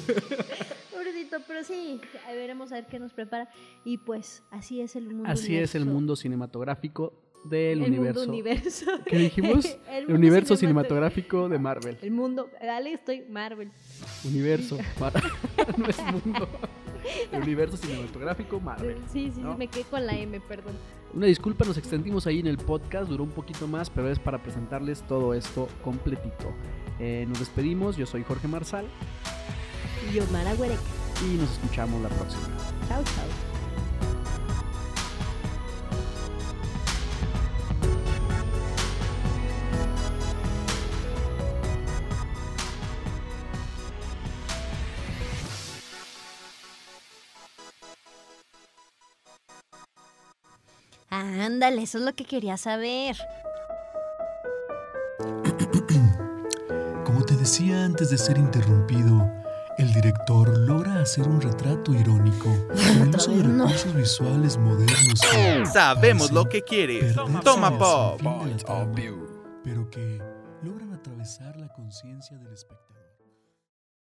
Speaker 7: Pobrecito, pero sí, ahí veremos a ver qué nos prepara. Y pues, así es el mundo.
Speaker 6: Así es el
Speaker 7: universo.
Speaker 6: mundo cinematográfico del
Speaker 7: El mundo
Speaker 6: universo.
Speaker 7: universo.
Speaker 6: ¿Qué dijimos?
Speaker 7: El
Speaker 6: El
Speaker 7: mundo
Speaker 6: universo
Speaker 7: cinematográfico.
Speaker 6: cinematográfico de Marvel.
Speaker 7: El mundo, dale, estoy Marvel.
Speaker 6: Universo. Mar- no es mundo. El universo cinematográfico Marvel.
Speaker 7: Sí, sí,
Speaker 6: ¿no?
Speaker 7: me quedé con la M, perdón.
Speaker 6: Una disculpa, nos extendimos ahí en el podcast, duró un poquito más, pero es para presentarles todo esto completito. Eh, nos despedimos, yo soy Jorge Marsal
Speaker 7: Y yo, Mara Huerec.
Speaker 6: y nos escuchamos la próxima.
Speaker 7: Chao, chao.
Speaker 2: Ándale, eso es lo que quería saber.
Speaker 1: Como te decía antes de ser interrumpido, el director logra hacer un retrato irónico con el uso de
Speaker 2: vez no.
Speaker 1: recursos visuales modernos. que
Speaker 3: Sabemos
Speaker 1: parecen
Speaker 3: lo que quieres.
Speaker 1: perderse
Speaker 3: Toma
Speaker 1: en el
Speaker 3: pop.
Speaker 1: sinfín de la trama, pero que logran atravesar la conciencia del espectador.